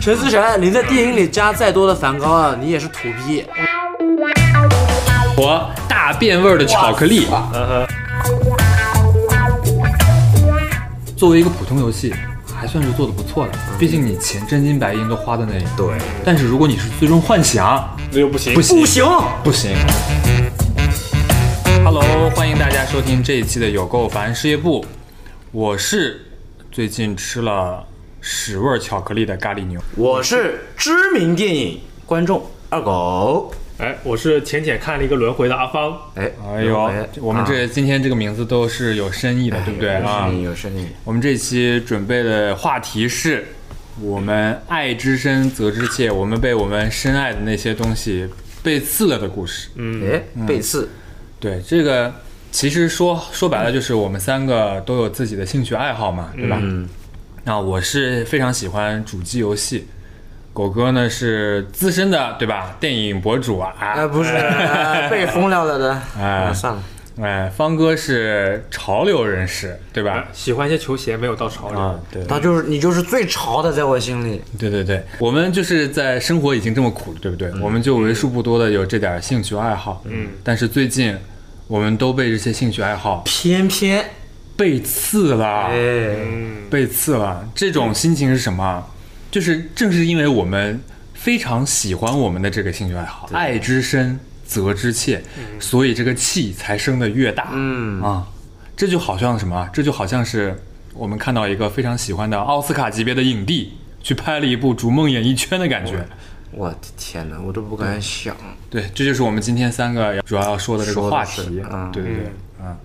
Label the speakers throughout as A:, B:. A: 陈思诚，你在电影里加再多的梵高啊，你也是土逼。
B: 和大变味儿的巧克力。作为一个普通游戏，还算是做的不错的，毕竟你钱真金白银都花在那里。
C: 对，
B: 但是如果你是最终幻想，
D: 那又不行
B: 不。行
C: 不
A: 嗯
C: 行，
B: 不行。Hello，欢迎大家收听这一期的有够烦事业部，我是最近吃了屎味儿巧克力的咖喱牛。
C: 我是知名电影观众二狗。
D: 哎，我是浅浅看了一个轮回的阿芳，
A: 啊
C: 哎，
B: 哎呦，我们
C: 啊
B: 这今天这个名字都是有深意的，对
A: 哎
B: 不对啊？
C: 有声音，有声音。
B: 我们这期准备的话题是：我们爱之深，责之切。我们被我们深爱的那些东西被刺了的故事。嗯，
C: 哎，背刺，
B: 对，这个其实说说白了，就是我们三个都有自己的兴趣爱好嘛，对吧？嗯。那我是非常喜欢主机游戏，狗哥呢是资深的，对吧？电影博主啊，
A: 哎，不是，哎被封掉了的。
B: 哎
A: 哎，算了，
B: 哎，方哥是潮流人士，对吧？
D: 哎喜欢一些球鞋，没有到潮流。
B: 啊，对。
A: 他就是你就是最潮的，在我心里。
B: 对对对，我们就是在生活已经这么苦了，对不对？我们就为数不多的有这点兴趣爱好，嗯，但是最近我们都被这些兴趣爱好
A: 偏偏，
B: 被刺了，嗯
A: 哎，
B: 被刺了。这种心情是什么啊？就是正是因为我们非常喜欢我们的这个兴趣爱好，爱之深责之切，所以这个气才生得越大，嗯啊，这就好像什么啊？这就好像是我们看到一个非常喜欢的奥斯卡级别的影帝去拍了一部《逐梦演艺圈》的感觉。
A: 我的天哪，我都不
B: 嗯
A: 敢想。
B: 对，这就是我们今天三个主要要说的这个
A: 说的
B: 话
A: 是
B: 题。
A: 嗯
B: 对对对，嗯，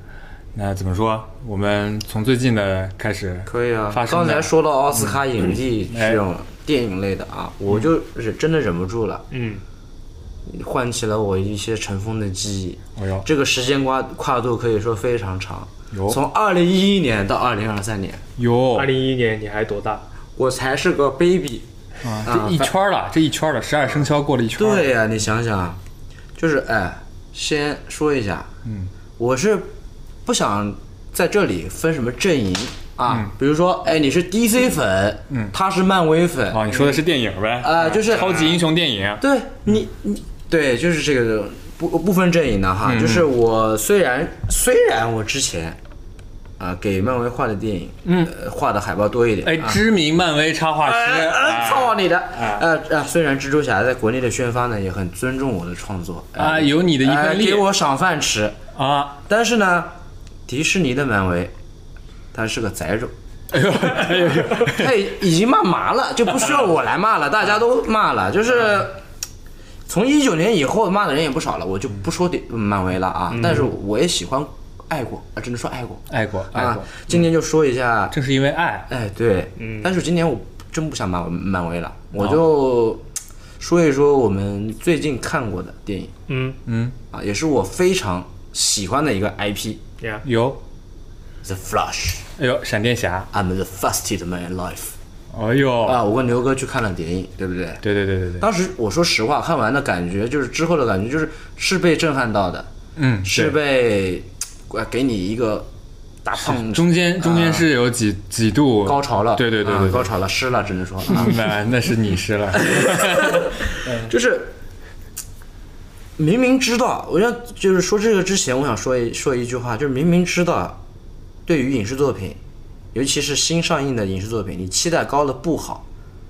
B: 那怎么说？我们从最近的开始，
A: 可以啊
B: 发，生
A: 刚
B: 的
A: 才说到奥斯卡影帝
B: 哎
A: 这种电影类的啊，
B: 嗯
A: 我就忍真的忍不住了，
D: 嗯，
A: 唤起了我一些尘封的记忆。
B: 哎呦
A: 这个时间跨跨度可以说非常长
B: 哟，
A: 从二零一一年到二零二三年，
B: 哟
D: 二，零一一年你还多大？
A: 我才是个 baby。
B: 啊这一圈儿了，这一圈儿了，十二生肖过了一圈儿。
A: 对呀、你想想，就是哎，先说一下，嗯，我是不想在这里分什么阵营啊，比如说，哎，你是 DC 粉，嗯，他是漫威粉，
B: 啊，你说的是电影呗？
A: 啊就是
B: 超级英雄电影。
A: 对你，你嗯对，就是这个不不分阵营的哈。就是我虽然虽然我之前啊、给漫威画的电影，嗯、画的海报多一点。
B: 哎，知名漫威插画师，
A: 哎哎
B: 哎
A: 操你的！呃呃，虽然蜘蛛侠在国内的宣发呢，也很尊重我的创作，哎
B: 啊，有你的一
A: 哎
B: 份力
A: 给我赏饭吃。
B: 啊！
A: 但是呢，迪士尼的漫威，他是个宅种，
B: 哎呦，哎呦，
A: 他已已经骂麻了，就不需要我来骂了，大家都骂 了，就是从一九年以后骂的人也不少了，我就不说的漫威了啊，但是我也喜欢爱过，啊，只能说爱过
B: 爱过，爱
A: 啊
B: 过，。
A: 今天就说一下，
B: 正是因为爱，
A: 哎，对，但是今年我真不想骂漫威了，我就说一说我们最近看过的电影
D: 嗯，
A: 啊，也是我非常喜欢的一个 IP，《
D: 呀，
B: 有，
A: The Flash》
B: 哎呦，闪电侠，
A: ，I'm the fastest man in life。
B: 哎呦，
A: 啊，我跟牛哥去看了电影，对不对？
B: 对对对对对，
A: 当时我说实话，看完的感觉就是之后的感觉就是是被震撼到的，
B: 嗯，
A: 是
B: 对
A: 被呃给你一个大胖
B: 中间中间是有几几度
A: 啊高潮了，
B: 对对对
A: 啊
B: 对，
A: 高
B: 对
A: 潮了，湿了，只能 说啊，
B: 那那是你是 了，
A: 就是明明知道，我要就是说这个之前，我想说一说一句话，就是明明知道，对于影视作品，尤其是新上映的影视作品，你期待高了不好，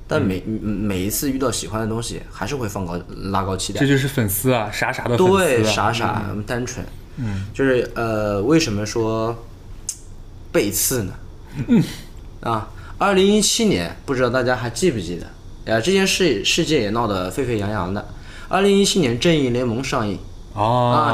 A: 但每、每一次遇到喜欢的东西，还是会放高拉高期待
B: 这。就是粉丝啊，傻傻的粉
A: 对，
B: 丝啊，
A: 傻傻、单纯，嗯，就是呃，为什么说背刺呢？嗯，啊，二零一七年，不知道大家还记不记得？呃，这件事事件也闹得沸沸扬扬的。二零一七年，《正义联盟》上映，
B: 哦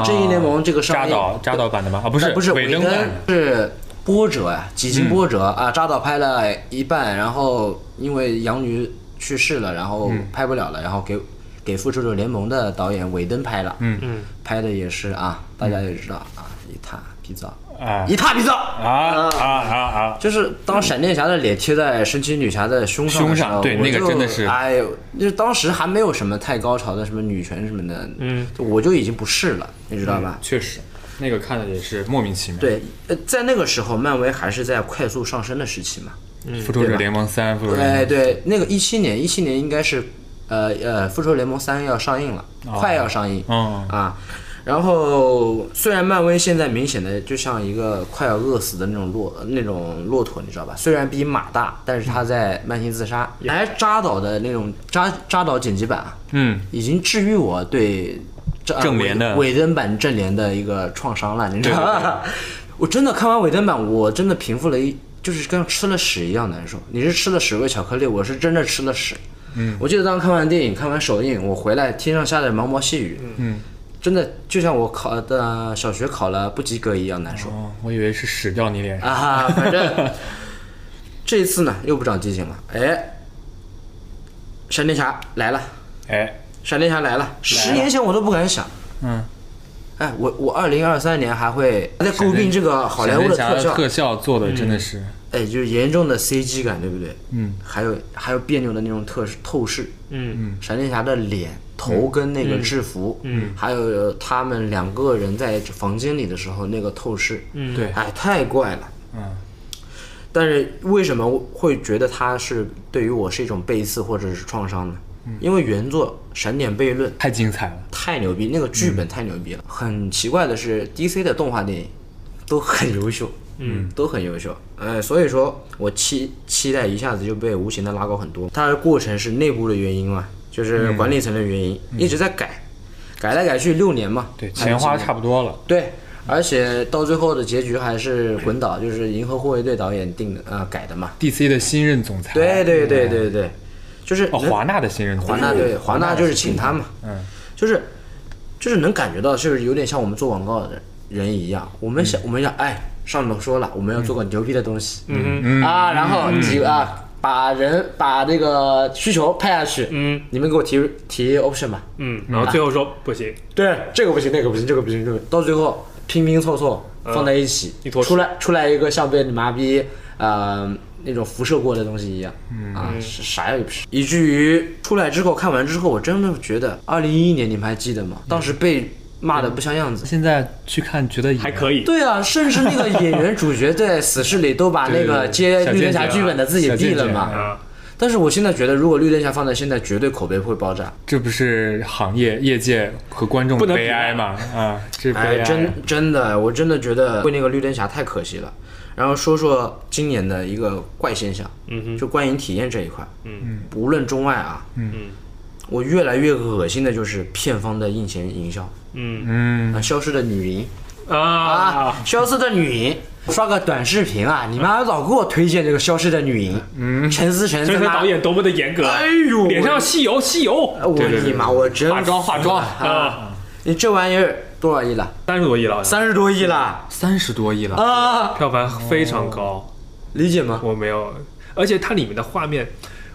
A: 啊正义联盟这个上
B: 扎
A: 映
B: 导扎导版的吗？啊，不是
A: 呃不是
B: 尾
A: 尾
B: 灯
A: 灯
B: 版的，
A: 是波折啊，几经波折、
B: 嗯
A: 啊，扎导拍了一半，然后因为养女去世了，然后
B: 嗯
A: 拍不了了，然后给给复仇者联盟的导演尾灯拍了，嗯嗯，拍的也是啊，大家也知道、啊，一塌皮糟，
B: 啊
A: 一塌皮糟。
B: 啊啊啊啊！
A: 就是当闪电侠的脸贴在神奇女侠的胸上的时候，
B: 胸上
A: 我
B: 对
A: 就
B: 那个真的是
A: 哎呦，就是当时还没有什么太高潮的什么女权什么的，嗯，我就已经不适了，你知道吧？
B: 啊确实，那个看的也是莫名其妙。
A: 对，呃，在那个时候，漫威还是在快速上升的时期嘛。
B: 嗯复仇者联盟三》复仇者联盟
A: 哎，对，那个一七年，一七年应该是，呃呃，《复仇联盟三》要上映了，快要上映、
B: 嗯
A: 啊。然后，虽然漫威现在明显的就像一个快要饿死的那种骆那种骆驼，你知道吧？虽然比马大，但是他在慢性自杀。来扎导的那种扎扎导剪辑版啊，
B: 嗯，
A: 已经治愈我对这呃
B: 正联的
A: 韦韦登版正联的一个创伤了，你知道吗？ 我真的看完韦登版，我真的平复了一，就是跟吃了屎一样难受。你是吃了屎味巧克力，我是真的吃了屎。嗯，我记得当时看完电影，看完首映，我回来天上下着毛毛细雨，嗯，真的就像我考的小学考了不及格一样难受、
B: 哦，我以为是屎掉你脸上。
A: 啊。反正这一次呢，又不长记性了，哎，闪电侠来了。
B: 哎，
A: 闪电侠来了，十年前我都不敢想。
B: 嗯，
A: 哎，我我二零二三年还会在诟病这个好莱坞
B: 闪
A: 的
B: 电侠
A: 特
B: 的
A: 效，
B: 特效做的真的是，
A: 哎，就是严重的 CG 感，对不对？
B: 嗯，
A: 还有还有别扭的那种特透视，
D: 嗯
A: 闪电侠的脸、头跟那个制服，嗯，还有他们两个人在房间里的时候那个透视，
D: 嗯
B: 对
A: 哎，太怪了。
B: 嗯，
A: 但是为什么会觉得它是对于我是一种背刺或者是创伤呢？
B: 嗯
A: 因为原作《闪点悖论》
B: 太精彩了。
A: 太牛逼，那个剧
B: 嗯
A: 本太牛逼了。很奇怪的是，DC 的动画电影都很优秀，嗯，都很优秀。呃，所以说我期期待一下子就被无形的拉高很多。它的过程是内部的原因嘛，就是
B: 嗯
A: 管理层的原因，一直在改，改来改去六年嘛，
B: 对，
A: 还是
B: 钱花
A: 几年
B: 差不多了。
A: 对。而且到最后的结局还是滚导，就是《银河护卫队》导演定的呃改的嘛。
B: DC 的新任总裁，
A: 对对对对对，就是
B: 哦，
A: 能
B: 华纳的新任总裁，
A: 华纳对华纳就是请他嘛，嗯，就是就是能感觉到，就是有点像我们做广告的人一样，我们想、我们想，哎，上头说了，我们要做个牛逼的东西，嗯嗯啊，然后几个啊，把人把这个需求派下去，
D: 嗯，
A: 你们给我提提 option 吧，
D: 嗯，然后最后说不行，
A: 对，这个不行，那个不行，这个不行，这个到最后拼拼凑凑放在一起，
D: 一坨屎
A: 出来出来一个像被麻痹呃那种辐射过的东西一样，啊，是啥也不是。以至于出来之后看完之后，我真的觉得，二零一一年你们还记得吗？当时被骂的不像样子。
B: 现在去看觉得也
D: 还可以，
A: 对啊， 甚至那个演员主角在死侍里都把那个
B: 对
A: 接
B: 小
A: 绿灯
B: 贱
A: 侠
B: 贱
A: 剧本的自己
B: 小
A: 毙
B: 贱
A: 了
B: 贱
A: 嘛。
D: 啊，
A: 但是我现在觉得，如果绿灯侠放在现在，绝对口碑会爆炸。
B: 这不是行业业界和观众
D: 不
B: 的
D: 能比
B: 悲哀嘛？啊，这
A: 哎
B: 悲，哀。
A: 真真的，我真的觉得为那个绿灯侠太可惜了。然后说说今年的一个怪现象，
D: 嗯哼
A: 就观影体验这一块，
D: 嗯，
A: 无论中外啊，
D: 嗯，
A: 我越来越恶心的就是片方的印钱营销
D: 嗯
B: 嗯，
A: 啊，消失的女银啊
D: 啊，，
A: 消失的女银。刷个短视频啊！你妈老给我推荐这个消失的女银，嗯，陈思诚
D: 陈
A: 他
D: 晨
A: 妈
D: 导，演多么的严格，啊
A: 哎呦，
D: 脸上要吸油吸油，
A: 我的妈，我真
B: 化妆化妆
D: 啊，
A: 你这玩意儿多少亿了？
D: 三十多亿了，
A: 三十多亿了
B: 三十多亿了，
A: 啊！
D: 票房非常
A: 哦
D: 高，
A: 理解吗？
D: 我没有，而且它里面的画面，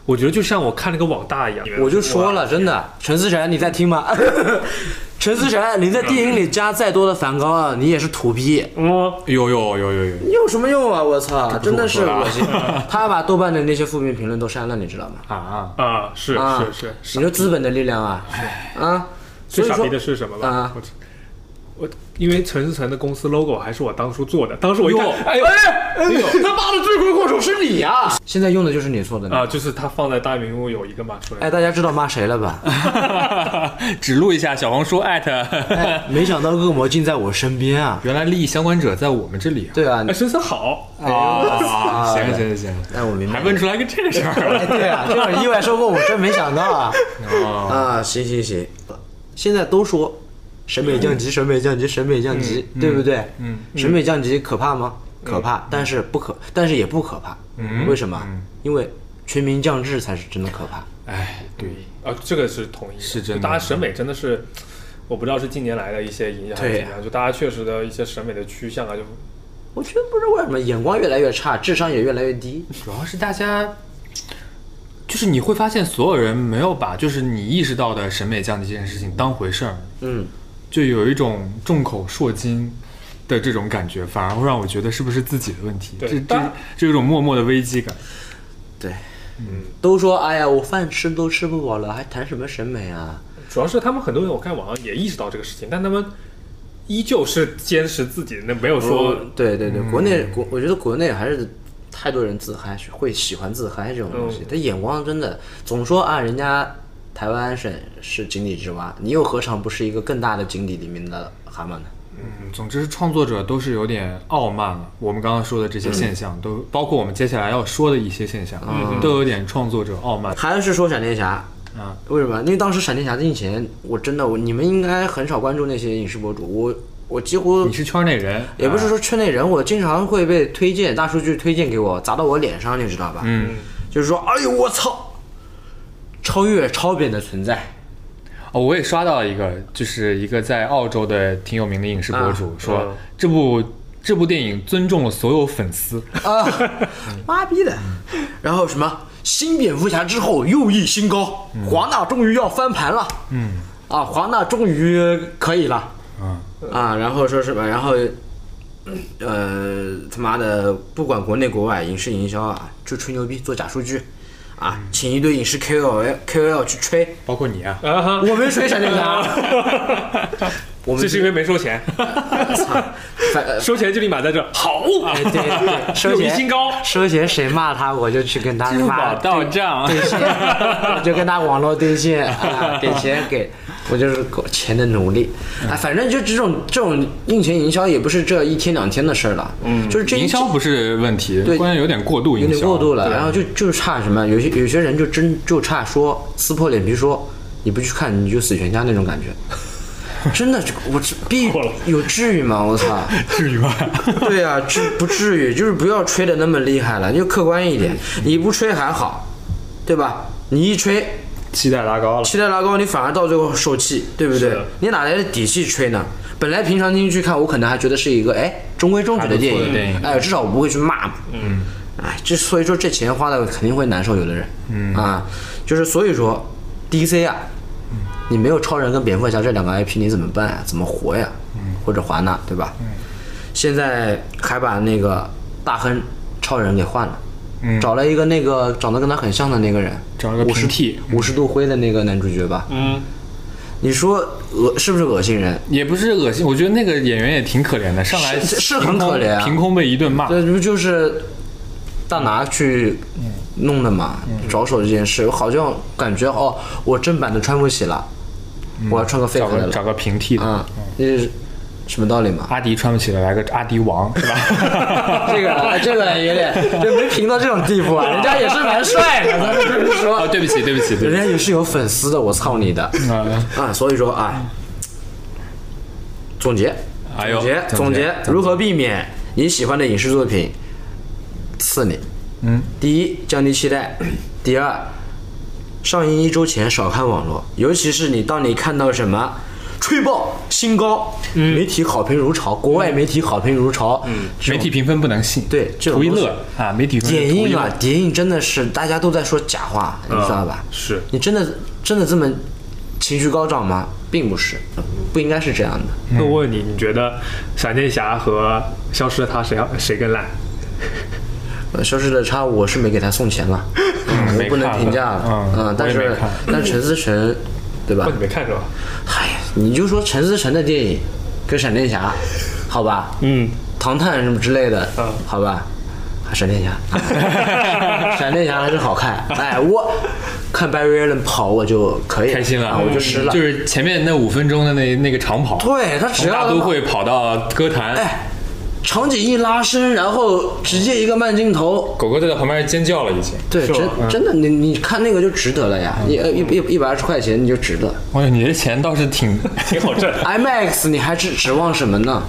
D: 我觉得就像我看那个网大一样，
A: 我就说了，真的，陈思诚，你在听 吗？陈思诚，你在电影里加再多的梵高啊，你也是土逼，
D: 哇，
B: 有有有有有，
A: 你有什么用啊？我操，真的是
B: 我说的啊
A: 恶心。 他还把豆瓣的那些负面评论都删了，你知道吗？
B: 啊，
D: 啊，是
A: 啊，
D: 是是是，
A: 你说资本的力量啊，啊，所
D: 最
A: 以
D: 傻
A: 说
D: 逼的是什么吧
A: 啊？
D: 我我因为陈思诚的公司 logo 还是我当初做的，当时我一看
B: 哟，
D: 哎呦，哎呦，
A: 他妈的罪魁祸首是你啊！现在用的就是你做的呢
D: 啊，。就是他放在大屏幕有一个嘛出来，
A: 哎，大家知道骂谁了吧？
B: 啊 指路一下小红书艾特，
A: 哎没想到恶魔竟在我身边啊！
B: 原来利益相关者在我们这里啊
A: 对啊
D: 哎，，陈思诚好，
B: 啊，行行行行，
A: 哎，我明白
B: 还。问出来个这个事儿
A: 哎，对 啊，这种意外收获我真没想到啊！啊，行行行，现在都说审美降级，审美降级，审美降级，对不对？嗯，审美降级可怕吗？可怕，但是不可，但是也不可怕。为什么？因为全民降智才是真的可怕。
B: 哎，对，
D: 啊，这个是同意的，
B: 是真的
D: 就大家审美真的是，我不知道是近年来的一些影响还是
A: 对
D: 怎么样，就大家确实的一些审美的趋向啊，就
A: 我觉得不知道为什么眼光越来越差，智商也越来越低。
B: 主要是大家。就是你会发现，所有人没有把就是你意识到的审美降级这件事情当回事儿，
A: 嗯，
B: 就有一种众口铄金的这种感觉，反而会让我觉得是不是自己的问题，
D: 对
B: 这
D: 当
B: 这
D: 然
B: 这有一种默默的危机感。
A: 对，嗯，都说哎呀，我饭吃都吃不饱了，还谈什么审美啊？
D: 主要是他们很多人，我看网上也意识到这个事情，但他们依旧是坚持自己的，那没有说
A: 对对对，国内国我觉得国内还是太多人自嗨，会喜欢自嗨这种东西。他眼光真的总说啊，人家台湾省是井底之蛙，你又何尝不是一个更大的井底里面的蛤蟆呢？
B: 嗯，总之，创作者都是有点傲慢了。我们刚刚说的这些现象，都包括我们接下来要说的一些现象，都有点创作者傲慢。
A: 还是说闪电侠？
B: 啊，
A: 为什么？因为当时闪电侠的印前，我真的我你们应该很少关注那些影视博主，我我几乎
B: 你是圈内人，
A: 嗯也不是
B: 啊
A: 说圈内人，我经常会被推荐，大数据推荐给我，砸到我脸上，你知道吧？
B: 嗯，
A: 就是说，哎呦我操，超越超扁的存在，
B: 哦，我也刷到一个，就是一个在澳洲的挺有名的影视博主、说，这部这部电影尊重了所有粉丝。
A: 妈逼的。然后什么新蝙蝠侠之后又一新高，华纳终于要翻盘了，嗯，啊，华纳终于可以了，
B: 嗯，
A: 啊，然后说什么，然后。呃，他妈的，不管国内国外，影视营销啊，就吹牛逼，做假数据，啊，请一堆影视 KOL KOL 去吹，
B: 包括你啊，
D: 啊哈，
A: 我没吹闪电侠，啊 我们
D: 这是因为没收钱，
A: 反呃
D: 收钱就立马在这儿好，
A: 哎对对对，收
D: 又一
A: 钱
D: 新高
A: 收钱谁骂他我就去跟他 骂
B: 宝到账。
A: 兑现，我 就跟他网络兑现啊，给钱给，我就是给我钱的奴隶啊，反正就这种这种印钱营销也不是这一天两天的事儿了，嗯，就是这一
B: 营销不是问题，
A: 对
B: 关键有点过度营
A: 有
B: 销，
A: 点过度了，
B: 对
A: 然后就就差什么，有些有些人就真就差说撕破脸皮说你不去看你就死全家那种感觉。真的，这个我这 必有至于吗？我操！
B: 至于吗？
A: 对啊，至不至于，就是不要吹的那么厉害了，你就客观一点。你不吹还好，对吧？你一吹，
D: 期待拉高了。
A: 期待拉高，你反而到最后受气，对不对
D: 的？
A: 你哪来的底气吹呢？本来平常进去看，我可能还觉得是一个哎中规中矩的电
B: 还不
A: 影，
B: 错的电影
A: 哎，至少我不会去骂。嗯，哎，这所以说这钱花的肯定会难受，有的人，嗯啊，就是所以说 DC 啊，你没有超人跟蝙蝠侠这两个 IP，你怎么办啊？怎么活呀？或者华纳对吧？现在还把那个大亨超人给换了，找了一个那个长得跟他很像的那个人，
B: 找了个
A: 五十
B: 平替
A: 五十度灰的那个男主角吧。
D: 嗯，
A: 你说恶是不是恶心人？
B: 也不是恶心，我觉得那个演员也挺可怜的，上来
A: 是是
B: 凭
A: 很
B: 空
A: 可怜啊
B: 凭空被一顿骂。
A: 这不就是大拿去弄的嘛？着手这件事，好像感觉哦，我正版的穿不起了，我要穿个 fake
B: 找
A: 的
B: 个找
A: 了。
B: 个平替的，
A: 啊，这是什么道理嘛？
B: 阿迪穿不起了，来个阿迪王是 吧？
A: 啊这个这个有点，这没评到这种地步啊！人家也是蛮帅的，咱们这么
B: 哦，
A: 说，
B: 对不起，对不起，对
A: 人家
B: 不
A: 也是有粉丝的，我操你的！
B: 起。啊，
A: 啊，所以说啊，总结，
B: 哎呦
A: 总结，
B: 总
A: 总
B: 结
A: 结，如何避免你喜欢的影视作品刺你？
B: 嗯，
A: 第一，降低期待；第二，上映一周前少看网络，尤其是你当你看到什么。吹爆新高，
B: 嗯
A: 媒体好评如潮，国外媒体好评如潮，嗯，
B: 媒体评分不能信，
A: 对这种
B: 图一
A: 东西
B: 乐啊，媒体评分
A: 点
B: 是图一
A: 映啊
B: 乐，啊
A: 点映真的是大家都在说假话，你知道吧？
D: 是
A: 你真的真的这么情绪高涨吗？并不是，不应该是这样的。
D: 那我问你，你觉得闪电侠和消失的他谁要谁更烂？
A: 呃，消失的差我是没给他送钱了，嗯
B: 没
A: 我不能
B: 看
A: 评价
B: 了
A: 了。
B: 嗯
A: 但
B: 我也没
A: 是
B: 看
A: 但陈思诚，对吧
D: 哦，？你没看是吧？
A: 哎呀，你就说陈思诚的电影跟闪电侠，好吧？
D: 嗯，
A: 唐探什么之类的，
B: 嗯
A: 好吧？啊闪电侠， 啊闪电侠还是好看。哎，我看 Barry Allen 跑我就可以
B: 开心
A: 啊
B: 了，嗯
A: 我就湿了
B: 就。是前面那五分钟的那那个长跑，
A: 对他只
B: 从大
A: 要
B: 都会跑到歌坛，
A: 哎，场景一拉伸，然后直接一个慢镜头，
B: 狗狗就在旁边尖叫了，已经。
A: 对，
D: 是吧
A: 真真的，你你看那个就值得了呀，
B: 嗯
A: 一呃一一一百二十块钱你就值得。
B: 哎呦，你这钱倒是 挺
D: 挺好挣。
A: IMAX 你还指指望什么呢？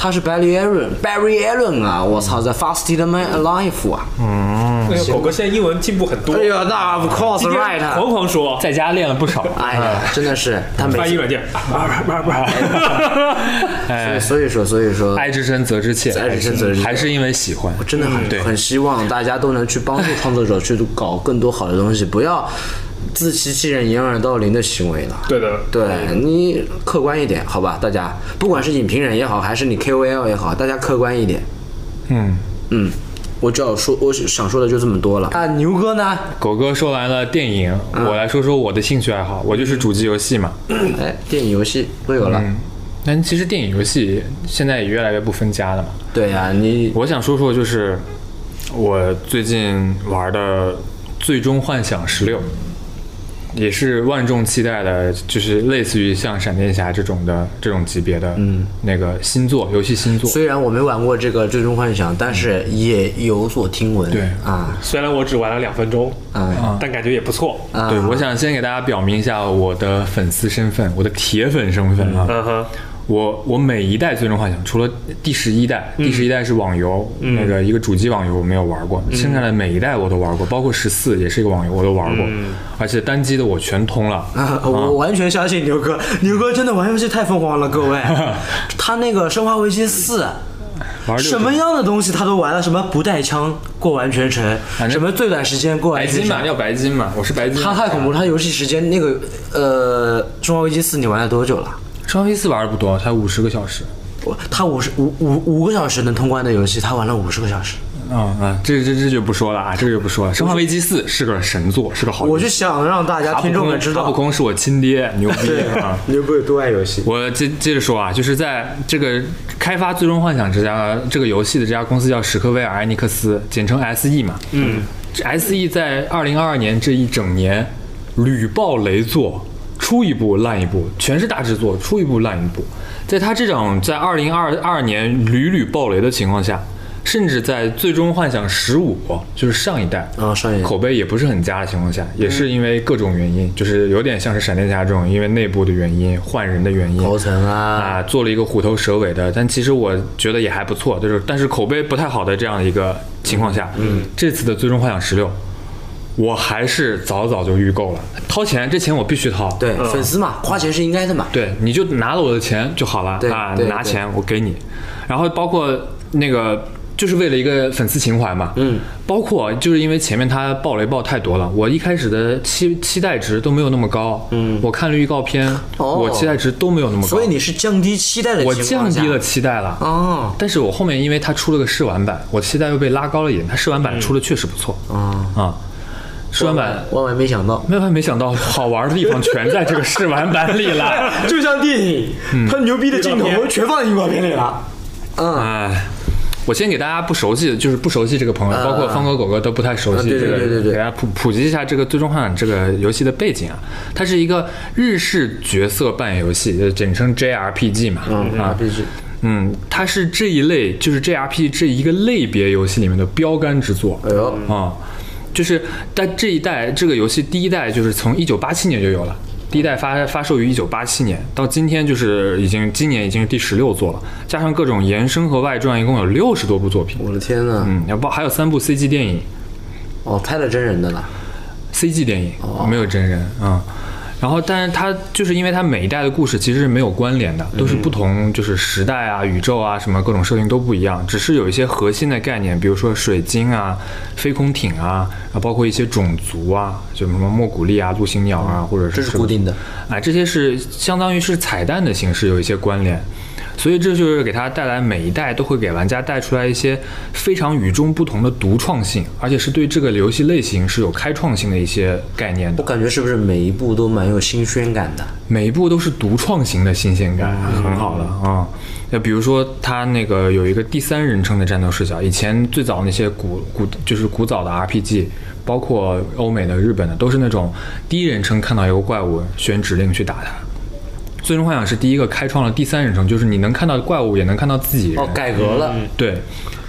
A: 他是 Barry Allen，Barry Allen 啊，我操，The fastest man alive 啊！
D: 那个狗哥现在英文进步很多，
A: 哎呀，那 of course
D: 今天
A: right 啊。
D: 狂狂说，
B: 在家练了 不少。
A: 哎呀，真的是他每
D: 翻译
A: 次，
D: 软件，啊不是不是不是
B: 哎，
A: 所以说所以说，
B: 爱之深责之切，
A: 爱之深责之切
B: 还是因为喜欢。
A: 真的很
B: 对
A: 很希望大家都能去帮助创作者去搞更多好的东西，不要自欺欺人、掩耳盗铃的行为了。
D: 对的，
A: 对你客观一点，好吧，大家，不管是影评人也好，还是你 KOL 也好，大家客观一点。
B: 嗯，
A: 嗯，我就要说，我想说的就这么多了。啊，牛哥呢？嗯
B: 狗哥说完了电影，我来说说我的兴趣爱好，我就是主机游戏嘛。
A: 哎，电影、游戏都有
B: 嗯
A: 了。
B: 但其实电影游戏现在也越来越不分家了嘛。
A: 啊对呀、你
B: 我想说说就是。我最近玩的《最终幻想十六》，也是万众期待的，就是类似于像闪电侠这种的这种级别的，嗯，那个新作，游戏新作。
A: 虽然我没玩过这个《最终幻想》，但是也有所听闻。
B: 嗯对
A: 啊
D: 虽然我只玩了两分钟，
A: 啊
D: 但感觉也不错。
A: 啊！
B: 对，我想先给大家表明一下我的粉丝身份，我的铁粉身份啊。
D: 嗯哼，
B: 我我每一代最终幻想，除了第十一代，
A: 嗯
B: 第十一代是网游，那个一个主机网游我没有玩过，
A: 嗯
B: 剩下的每一代我都玩过，包括十四也是一个网游我都玩过，而且单机的我全通了。
A: 嗯啊，我完全相信牛哥，牛哥真的玩游戏太疯狂了，各 位。他那个《生化危机四》，
B: 玩六
A: 什么样的东西他都玩了，什么不带枪过完全程，
B: 正
A: 什么最短时间过
B: 白
A: 完全
B: 金
A: 程
B: 嘛，。要白金嘛，我是白金。
A: 啊他太恐怖了，他游戏时间那个呃，《生化危机四》你玩了多久了？
B: 双飞四玩的不多，才五十个小时。
A: 我他五十五五五个小时能通关的游戏，他玩了五十个小时。
B: 啊、啊，这这这就不说了啊，这个就不说了。生化危机四是个神作，是个好游戏。
A: 我就想让大家
B: 卡普
A: 听众
B: 空
A: 们知
B: 卡普
A: 道，
B: 空是我亲爹，牛 逼啊！
A: 牛哥有多爱游戏。
B: 我接接着说啊，就是在这个开发《最终幻想》这家这个游戏的这家公司叫史克威尔艾尼克斯，简称 SE 嘛。嗯，SE 在二零二二年这一整年屡爆雷作，出一部烂一部，全是大制作，出一部烂一部。在它这种在二零二二年屡屡爆雷的情况下，甚至在《最终幻想十五》就是上一代
A: 啊，上瘾。
B: 口碑也不是很佳的情况下，也是因为各种原因，就是有点像是闪电侠这种，因为内部的原因、换人的原因，
A: 头层啊，
B: 啊，做了一个虎头蛇尾的，但其实我觉得也还不错，就是但是口碑不太好的这样一个情况下，嗯，这次的最终幻想十六，我还是早早就预购了，掏钱，这钱我必须掏，
A: 对，粉丝嘛，花钱是应该的嘛。
B: 对，你就拿了我的钱就好了
A: 对
B: 啊，
A: 对
B: 拿
A: 对
B: 钱我给你，然后包括那个。就是为了一个粉丝情怀嘛，嗯，包括就是因为前面他爆雷爆太多了，我一开始的期期待值都没有那么高，嗯，我看了预告片，
A: 哦
B: 我期待值都没有那么高，
A: 所以你是降低期待的
B: 我
A: 情
B: 降
A: 况下
B: 低了期待了，
A: 哦，
B: 但是我后面因为它出了个试玩版，我期待又被拉高了一点。它试玩
A: 嗯
B: 版出的确实不错
A: 哦
B: 啊、试玩版
A: 万万没想到，
B: 万万没想到，好玩的地方全在这个试玩版里了。
A: 就像电影，
B: 嗯
A: 他牛逼的镜头全放在预告片里了。嗯，
B: 哎，我先给大家不熟悉的，就是不熟悉这个朋友，包括方哥、狗哥都不太熟悉
A: 啊对
B: 这个，
A: 对对对对
B: 给大家普普及一下这个《最终幻想》这个游戏的背景啊。它是一个日式角色扮演游戏，呃简称 JRPG 嘛，啊，
A: 必须。
B: 嗯，它是这一类就是 JRPG 这一个类别游戏里面的标杆之作。
A: 哎呦，
B: 啊、就是但这一代这个游戏第一代就是从一九八七年就有了，第一代发发售于一九八七年，到今天就是已经今年已经是第十六座了，加上各种延伸和外传，一共有六十多部作品。
A: 我的天呐！
B: 嗯，然后包还有三部 CG 电影
A: 哦，拍了真人的了。
B: ，CG 电影、
A: 哦
B: 没有真人啊、然后，但是它就是因为它每一代的故事其实是没有关联的，都
A: 嗯
B: 是不同就是时代啊、宇宙啊什么各种设定都不一样，只是有一些核心的概念，比如说水晶啊、飞空艇啊，啊包括一些种族啊，就什么莫古利啊、陆行鸟啊，或者是
A: 这是固定的。
B: 啊，这些是相当于是彩蛋的形式有一些关联，所以这就是给它带来每一代都会给玩家带出来一些非常与众不同的独创性，而且是对这个游戏类型是有开创性的一些概念
A: 我
B: 的，
A: 感觉是不是每一步都蛮有新鲜感的？
B: 每一步都是独创型的新鲜感，很好的啊。那比如说，它那个有一个第三人称的战斗视角，以前最早那些古古就是古早的 RPG，包括欧美的、日本的，都是那种第一人称看到一个怪物，选指令去打它。最终幻想是第一个开创了第三人称，就是你能看到怪物，也能看到自己人。
A: 哦，改革了。
B: 对，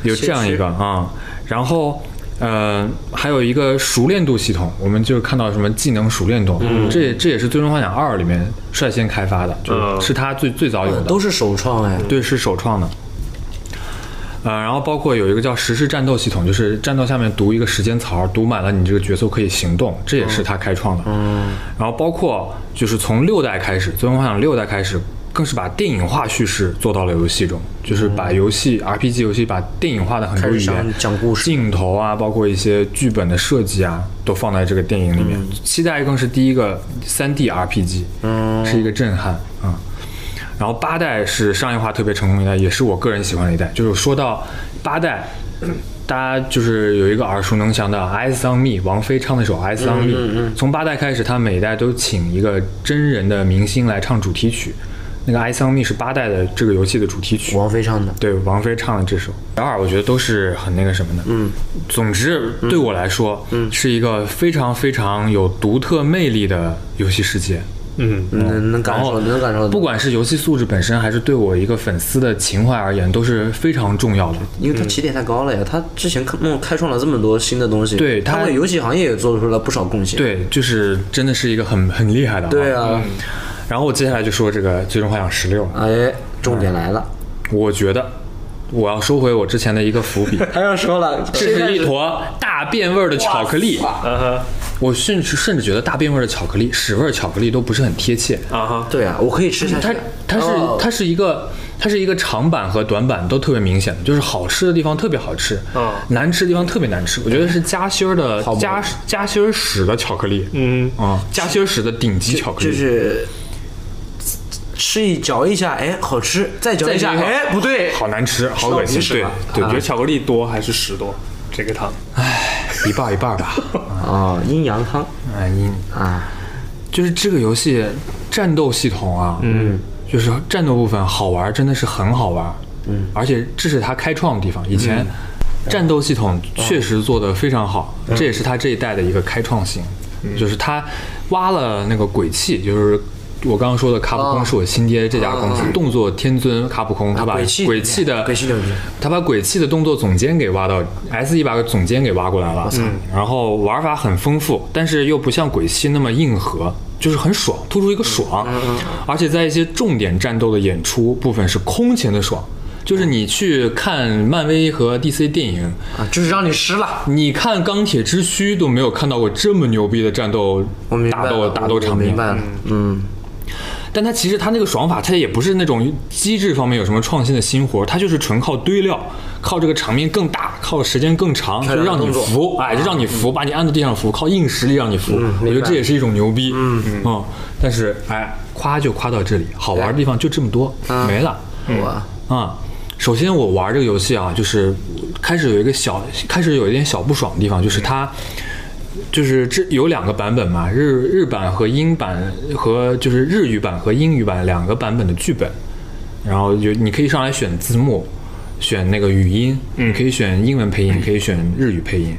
B: 有这样一个啊、然后呃，还有一个熟练度系统，我们就是看到什么技能熟练度，这也这也是《最终幻想二》里面率先开发的，就是
D: 嗯
B: 是它最最早有的，
A: 都是首创哎，
B: 对，是首创的。呃，然后包括有一个叫实时战斗系统，就是战斗下面读一个时间槽，读满了你这个角色可以行动，这也是他开创的。嗯，然后包括就是从六代开始，《最终幻想》六代开始，更是把电影化叙事做到了游戏中，就是把游戏、RPG 游戏把电影化的很多
A: 嗯开
B: 语
A: 始
B: 言
A: 讲讲故事
B: 镜头啊，包括一些剧本的设计啊，都放在这个电影里面。
A: 嗯
B: 期待更是第一个三 D RPG，嗯，是一个震撼啊。然后八代是商业化特别成功的一代，也是我个人喜欢的一代。就是说到八代，大家就是有一个耳熟能详的《Eyes on Me》，王菲唱那首《Eyes on Me》。从八代开始，他每一代都请一个真人的明星来唱主题曲。那个《I s o n Me》是八代的这个游戏的主题曲，
A: 王菲唱的，
B: 对王菲唱的这首《小二》，我觉得都是很那个什么的。嗯，总之对我来说，嗯，是一个非常非常有独特魅力的游戏世界。
D: 嗯，
A: 能能感
B: 然
A: 受，
B: 后
A: 能感受
B: 不
A: 到，
B: 管是游戏素质本身，还是对我一个粉丝的情怀而言，都是非常重要的。
A: 因为它起点太高了呀。它之前开弄开创了这么多新的东西，
B: 对它
A: 它为游戏行业也做出了不少贡献。
B: 对，就是真的是一个很很厉害的。嗯
A: 对。啊，
B: 然后我接下来就说这个《最终幻想十六》，啊
A: 哎，重点来
B: 嗯
A: 了，
B: 我觉得我要收回我之前的一个伏 笔，
A: 他要说了，
B: 这是一坨大变味儿的巧克力。
D: 啊
B: 我甚至甚至觉得大变味儿的巧克力、屎味儿的巧克力都不是很贴切。
D: 哈啊哈，
A: 对啊，我可以吃下去
B: 它。它是
A: 哦
B: 它是一个它是一个长板和短板都特别明显的，就是好吃的地方特别好吃，
A: 哦
D: 嗯
B: 难吃的地方特别难吃。我觉得是夹心儿的
A: 好吧
B: 夹夹心儿屎的巧克力，
D: 嗯，
B: 啊，夹心儿屎的顶级巧克力，
A: 就是吃一嚼一下，哎，好吃，再嚼一下，
B: 再嚼一下
A: 哎，不对，
B: 好难吃，好恶心，
A: 吃
B: 对
A: 到
B: 对，
D: 对，你觉得啊巧克力多还是屎多？这个糖，
B: 一半儿一半 儿吧。
A: 哦，阴阳汤
B: 哎，你
A: 啊，
B: 就是这个游戏战斗系统啊，嗯，就是战斗部分好玩儿，真的是很好玩，嗯，而且这是它开创的地方。以前战斗系统确实做得非常好，这也是它这一代的一个开创性，就是它挖了那个鬼泣，就是。我刚刚说的卡普空是我亲爹这家公司，动作天尊卡普空，他把
A: 鬼泣
B: 鬼泣的
A: 鬼泣牛逼
B: 他把鬼泣的动作总监给挖到，S E 把总监给挖过来了，嗯然后玩法很丰富，但是又不像鬼泣那么硬核，就是很爽，突出一个爽，
A: 嗯
B: 而且在一些重点战斗的演出部分是空前的爽，就是你去看漫威和 D C 电影，
A: 啊，就是让你吃了。
B: 你看钢铁之躯都没有看到过这么牛逼的战斗
A: 我明白
B: 打
A: 了，
B: 斗
A: 我
B: 打斗场
A: 我
B: 面
A: 明，白了，嗯，
B: 但它其实它那个爽法，它也不是那种机制方面有什么创新的新活，它就是纯靠堆料，靠这个场面更大，靠时间更长，就
A: 漂亮的
B: 让你
A: 动作嗯
B: 服，哎，就让你服，把你按到地上服，靠硬实力让你服。我觉得这也是一种牛逼，嗯嗯。但是哎，夸就夸到这里，好玩的地方就这么多，
A: 嗯
B: 没了。
A: 我
B: 啊、首先我玩这个游戏啊，就是开始有一个小，开始有一点小不爽的地方，就是它。就是这有两个版本嘛，日日版和英版和就是日语版和英语版两个版本的剧本，然后就你可以上来选字幕，选那个语音，嗯，可以选英文配音，可以选日语配音。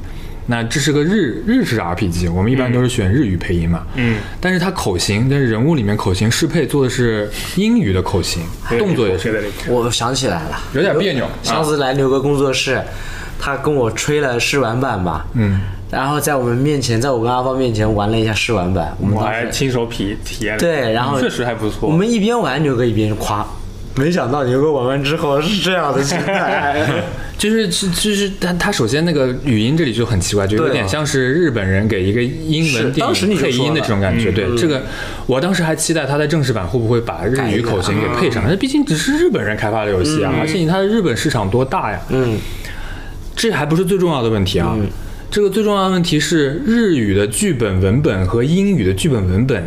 B: 那这是个日日式 RPG，我们一般都是选日语配音嘛，嗯，但是它口型，但是人物里面口型适配做的是英语的口型，动作也是
D: 有点离谱
A: 我想起来了，
B: 有点别扭
A: 上次来牛哥工作室，他跟我吹了试玩版吧，嗯，然后在我们面前，在我跟阿芳面前玩了一下试玩版，我们
D: 我
A: 当
D: 还
A: 时
D: 亲手体体验了，嗯
A: 对，然后
D: 确实还不错。
A: 我们一边玩牛哥一边夸，没想到牛哥玩完之后是这样的心态，
B: 就是就是他他首先那个语音这里就很奇怪，就有
A: 对啊
B: 点像是日本人给一个英
A: 是
B: 文电
A: 当时
B: 影
A: 你就
B: 配音
A: 说
B: 的
A: 了嗯
B: 这种感觉。对这个，我当时还期待他在正式版会不会把日语口型给
A: 啊
B: 配上，那毕竟只是日本人开发的游戏啊，而且它的日本市场多大呀？
A: 嗯，
B: 这还不是最重要的问题啊。这个最重要的问题是日语的剧本文本和英语的剧本文本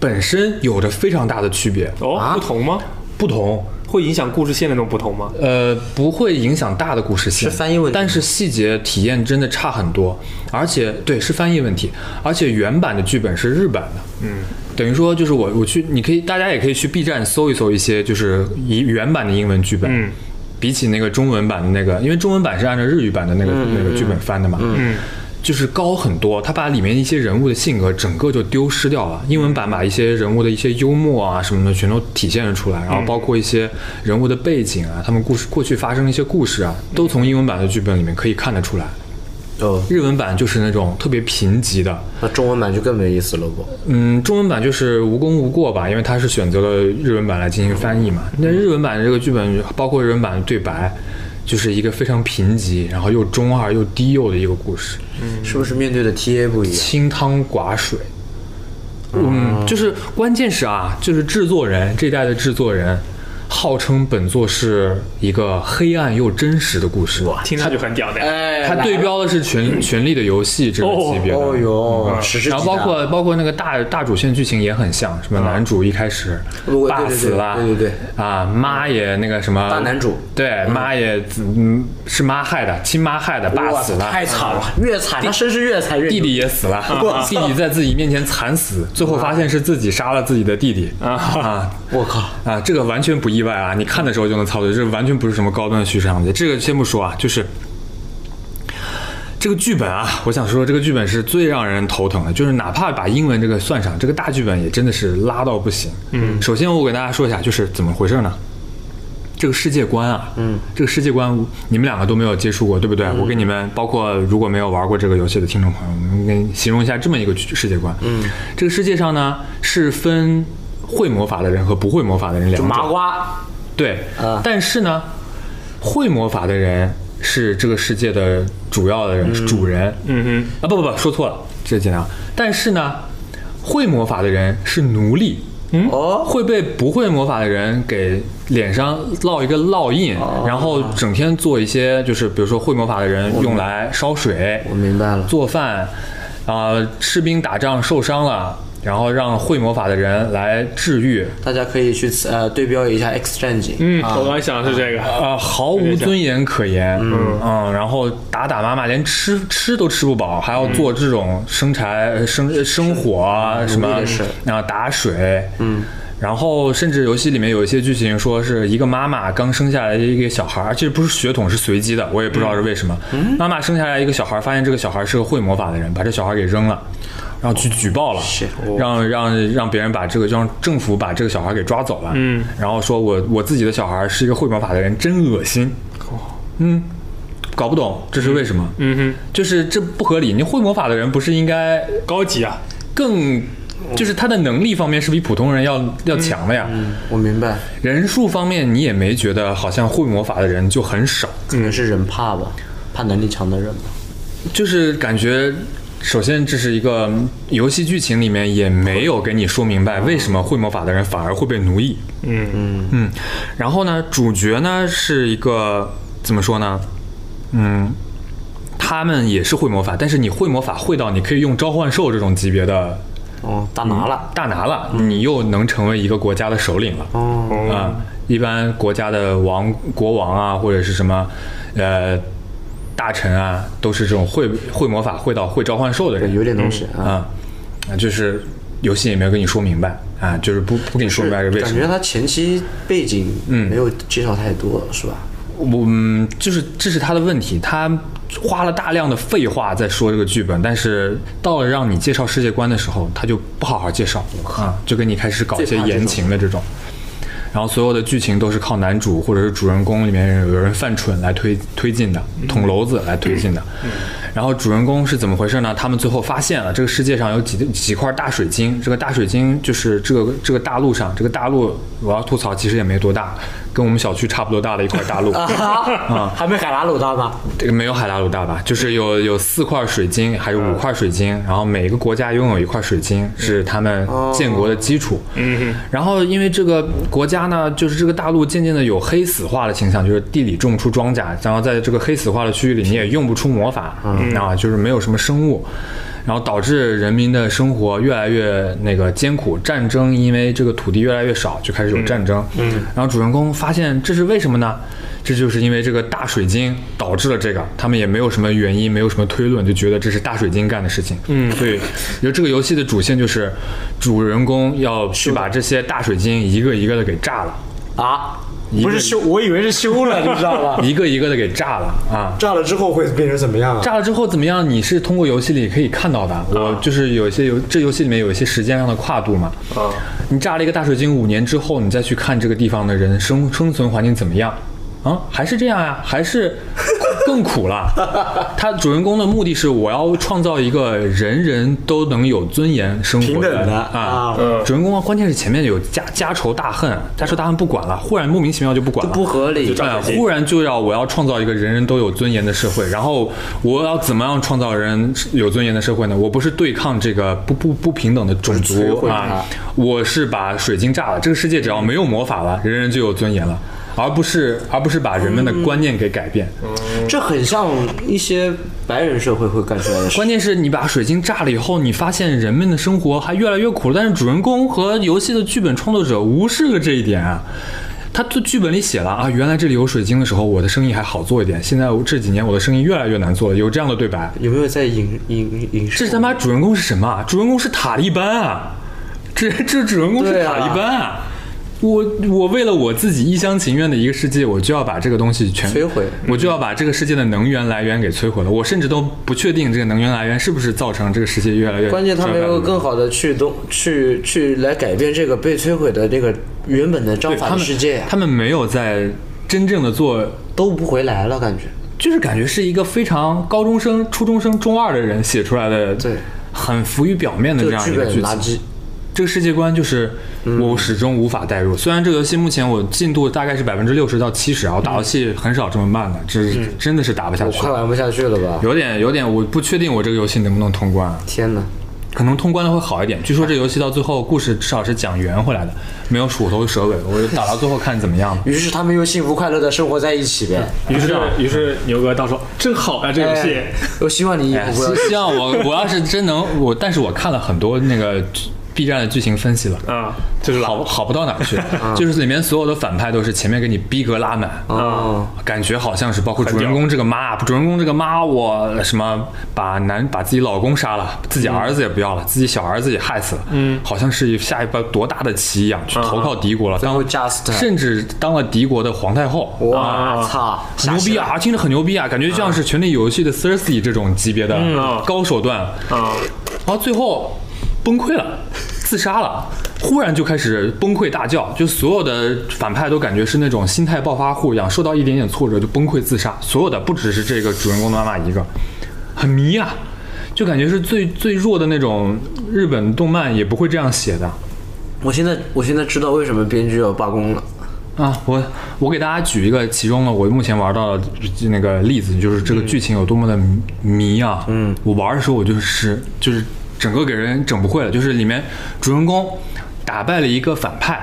B: 本身有着非常大的区别，
D: 哦，不同吗？
B: 不同。
D: 会影响故事线的那种不同吗？
B: 呃，不会影响大的故事线，
A: 是翻译问题
B: 但是细节体验真的差很多，而且对是翻译问题，而且原版的剧本是日版的，嗯，等于说就是我我去，你可以大家也可以去 B 站搜一搜一些就是以原版的英文剧本，嗯，比起那个中文版的那个，因为中文版是按照日语版的那个、
A: 嗯
B: 那个剧本翻的嘛，嗯。就是高很多，他把里面一些人物的性格整个就丢失掉了。英文版把一些人物的一些幽默啊什么的全都体现了出来，然后包括一些人物的背景啊，他们故事过去发生的一些故事啊，都从英文版的剧本里面可以看得出来。
A: 哦，
B: 日文版就是那种特别贫瘠的，
A: 那中文版就更没意思了不？
B: 嗯，中文版就是无功无过吧，因为它是选择了日文版来进行翻译嘛。那日文版的这个剧本，包括日文版的对白，就是一个非常贫瘠，然后又中二又低幼的一个故事。
A: 是不是面对的 TA 不一样？
B: 清汤寡水。啊嗯，就是关键是啊，就是制作人这一代的制作人，号称本作是一个黑暗又真实的故事。
D: 听着就很屌的。
A: 哎，
B: 它对标的是权《 权力的游戏》这个级别的，
A: 哦哟，史诗级
B: 然
A: 的
B: 后包括包括那个大大主线剧情也很像，什么男主一开始
A: 我
B: 爸死了，
A: 嗯哦对对对对
B: 啊妈也那个什么
A: 大男主
B: 对妈也嗯是妈害的，亲妈害的，爸
A: 哇
B: 死了，
A: 太惨了，嗯越惨他身世越惨越
B: 弟弟也死了， 弟弟在自己面前惨死，最后发现是自己杀了自己的弟弟啊
A: 我靠，
B: 啊！这个完全不意外啊，你看的时候就能操作，这完全不是什么高端的叙事章节。这个先不说啊，就是这个剧本啊，我想说这个剧本是最让人头疼的，就是哪怕把英文这个算上，这个大剧本也真的是拉到不行。嗯，首先我给大家说一下，就是怎么回事呢？这个世界观啊，嗯，这个世界观你们两个都没有接触过，对不对？我给你们，包括如果没有玩过这个游戏的听众朋友们，我给你形容一下这么一个世界观。嗯，这个世界上呢是分会魔法的人和不会魔法的人两种。
A: 麻瓜
B: 对，
A: 啊
B: 但是呢，会魔法的人是这个世界的主要的人，是主人。
D: 嗯
B: 啊，不不不，说错了，这尽量。但是呢，会魔法的人是奴隶，嗯，
A: 哦
B: 会被不会魔法的人给脸上烙一个烙印，
A: 哦
B: 然后整天做一些就是，比如说会魔法的人用来烧水，
A: 我明白了
B: 做饭，啊、士兵打仗受伤了。然后让会魔法的人来治愈，
A: 大家可以去呃对标一下 X 战警，
D: 嗯，我刚想的是这个。
B: 啊，毫无尊严可言。嗯然后打打骂骂，连吃吃都吃不饱，还要做这种生柴、呃生呃生火啊什么
A: 奴隶的事
B: 啊打水。嗯。然后，甚至游戏里面有一些剧情说是一个妈妈刚生下来的一个小孩儿，这不是血统，是随机的，我也不知道是为什么。妈妈生下来一个小孩儿，发现这个小孩儿是个会魔法的人，把这小孩儿给扔了，然后去举报了，让让让别人把这个让政府把这个小孩儿给抓走了。嗯，然后说我我自己的小孩儿是一个会魔法的人，真恶心。嗯，搞不懂这是为什么？
D: 嗯
B: 就是这不合理。你会魔法的人不是应该
D: 哼，高级啊，
B: 更，就是他的能力方面是比普通人要要强的呀。
A: 我明白，
B: 人数方面你也没觉得好像会魔法的人就很少，
A: 可能是人怕吧，怕能力强的人吧。
B: 就是感觉。首先，这是一个嗯游戏剧情里面也没有给你说明白为什么会魔法的人反而会被奴役。
D: 嗯，
B: 嗯，然后呢，主角呢是一个怎么说呢？嗯，他们也是会魔法，但是你会魔法会到你可以用召唤兽这种级别的
A: 哦，大
C: 嗯
A: 拿了，
B: 大拿了，你又能成为一个国家的首领了。
A: 哦，
B: 啊、一般国家的王、国王啊，或者是什么，呃，大臣啊，都是这种会会魔法、会到会召唤兽的
A: 对，
B: 人
A: 有点东西
C: 嗯
A: 啊，
B: 啊、啊就是游戏也没有跟你说明白啊，就是不不跟你说明白是为
A: 感
B: 什么
A: 觉。他前期背景
B: 嗯
A: 没有介绍太多，是 吧？
B: 我嗯，就是这是他的问题，他花了大量的废话在说这个剧本，但是到了让你介绍世界观的时候，他就不好好介绍啊，就跟你开始搞一些
A: 最怕这种
B: 言情的这种。然后所有的剧情都是靠男主或者是主人公里面有人犯蠢来推推进的，捅娄子来推进的。然后主人公是怎么回事呢？他们最后发现了这个世界上有几几块大水晶，这个大水晶就是这个这个大陆上，这个大陆我要吐槽其实也没多大，跟我们小区差不多大的一块大陆。嗯
A: 啊，还没海拉鲁大吗？
B: 这个没有海拉鲁大吧？就是有有四块水晶，还有五块水晶，然后每个国家拥有一块水晶，是他们建国的基础。哦嗯，然后因为这个国家呢，就是这个大陆渐渐的有黑死化的倾向，就是地里种不出庄稼，然后在这个黑死化的区域里，你也用不出魔法，啊，就是没有什么生物。然后导致人民的生活越来越那个艰苦，战争因为这个土地越来越少，就开始有战争。嗯，然后主人公发现这是为什么呢？这就是因为这个大水晶导致了这个，他们也没有什么原因，没有什么推论，就觉得这是大水晶干的事情。嗯，对，就这个游戏的主线就是主人公要去把这些大水晶一个一个的给炸了，
A: 啊，
B: 一个
C: 不是修，我以为是修了，你知道吧？
B: 一个一个的给炸了 啊。
C: 炸了之后会变成怎么样啊？
B: 炸了之后怎么样？你是通过游戏里可以看到的。我就是有一些游这游戏里面有一些时间上的跨度嘛。
D: 啊，
B: 你炸了一个大水晶，五年之后你再 啊去看这个地方的人生生存环境怎么样啊？还是这样呀、还是更苦了。他主人公的目的是我要创造一个人人都能有尊严生活
A: 平等的
B: 啊。
D: 嗯
B: 主人公啊，关键是前面有家家仇大恨，家仇大恨不管了，忽然莫名其妙就不管了，
A: 不合理
B: 对，哎忽然就要我要创造一个人人都有尊严的社会，然后我要怎么样创造人有尊严的社会呢？我不是对抗这个不不不平等的种族啊，我是把水晶炸了，这个世界只要没有魔法了，人人就有尊严了。而不是而不是把人
A: 嗯
B: 们的观念给改变，
A: 这很像一些白人社会会干出来的事。
B: 关键是你把水晶炸了以后，你发现人们的生活还越来越苦了。但是主人公和游戏的剧本创作者无视了这一点啊。他的剧本里写了啊，原来这里有水晶的时候，我的生意还好做一点。现在我这几年我的生意越来越难做了，有这样的对白。
A: 有没有在影影影
B: 这
A: 视？
B: 他妈主人公是什么啊？主人公是塔利班啊！这这主人公是塔利班啊！我我为了我自己一厢情愿的一个世界，我就要把这个东西全
A: 摧毁，
B: 我就要把这个世界的能源来源给摧毁了。我甚至都不确定这个能源来源是不是造成这个世界越来越
A: 关键他没有更好的去东去去来改变这个被摧毁的这个原本的章
B: 对
A: 法
B: 他
A: 的
B: 们
A: 世界呀、啊
B: 他们没有在真正的做，
A: 都不回来了，感觉。
B: 就是感觉是一个非常高中生、初中生、中二的人写出来的，
A: 对，
B: 很浮于表面的
A: 这个
B: 这样
A: 剧
B: 一个
A: 本
B: 剧
A: 垃
B: 情。
A: 圾，
B: 这个世界观就是
A: 嗯
B: 我始终无法代入。虽然这个游戏目前我进度大概是百分之六十到七十啊，我打游戏很少这么慢的，这是真的是打不下
A: 嗯我
B: 去，
A: 快玩不下去了吧？
B: 有点有点，我不确定我这个游戏能不能通关啊。
A: 天哪！。
B: 可能通关的会好一点。据说这游戏到最后故事至少是讲圆回来的，没有鼠头蛇尾。我就打到最后看怎么样吧
A: 于是他们又幸福快乐的生活在一起呗。
D: 于是于是牛哥到时候真好啊，这游戏
A: 哎， 我希望你以
B: 哎
A: 后不 要
B: 希希望我我要是真能我，但是我看了很多那个 B 站的剧情分析了。
D: 啊，就是老
B: 好好不到哪 儿去，
A: 嗯
B: 就是里面所有的反派都是前面给你逼格拉满，
A: 哦，
B: 感觉好像是包括主人
D: 很
B: 公这个妈，主人公这个妈，我什么把男把自己老公杀了，自己儿子也不
A: 嗯
B: 要了，自己小儿子也害死了，嗯，好像是下一把多大的棋一样，去投靠敌国了，当
A: 嗯后 just
B: 甚至当了敌国的皇太后，
A: 哇
B: 啊
A: 操，
B: 很
A: 吓
B: 牛
A: 死嗯
B: 逼
A: 了！
B: 啊，听着很牛逼啊，感觉就像是《权力游戏》的 Cersei 这种级别的
A: 嗯
D: 啊
B: 高手段，
D: 啊，
B: 然后最后崩溃了，自杀了，忽然就开始崩溃大叫，就所有的反派都感觉是那种心态暴发户一样，受到一点点挫折就崩溃自杀，所有的不只是这个主人公的妈妈一个，很迷啊，就感觉是最最弱的那种日本动漫也不会这样写的。
A: 我现在我现在知道为什么编剧要罢工了。
B: 啊，我我给大家举一个其中的我目前玩到的那个例子，就是这个剧情有多么的迷啊！嗯，我玩的时候我就是就是整个给人整不会了，就是里面主人公打败了一个反派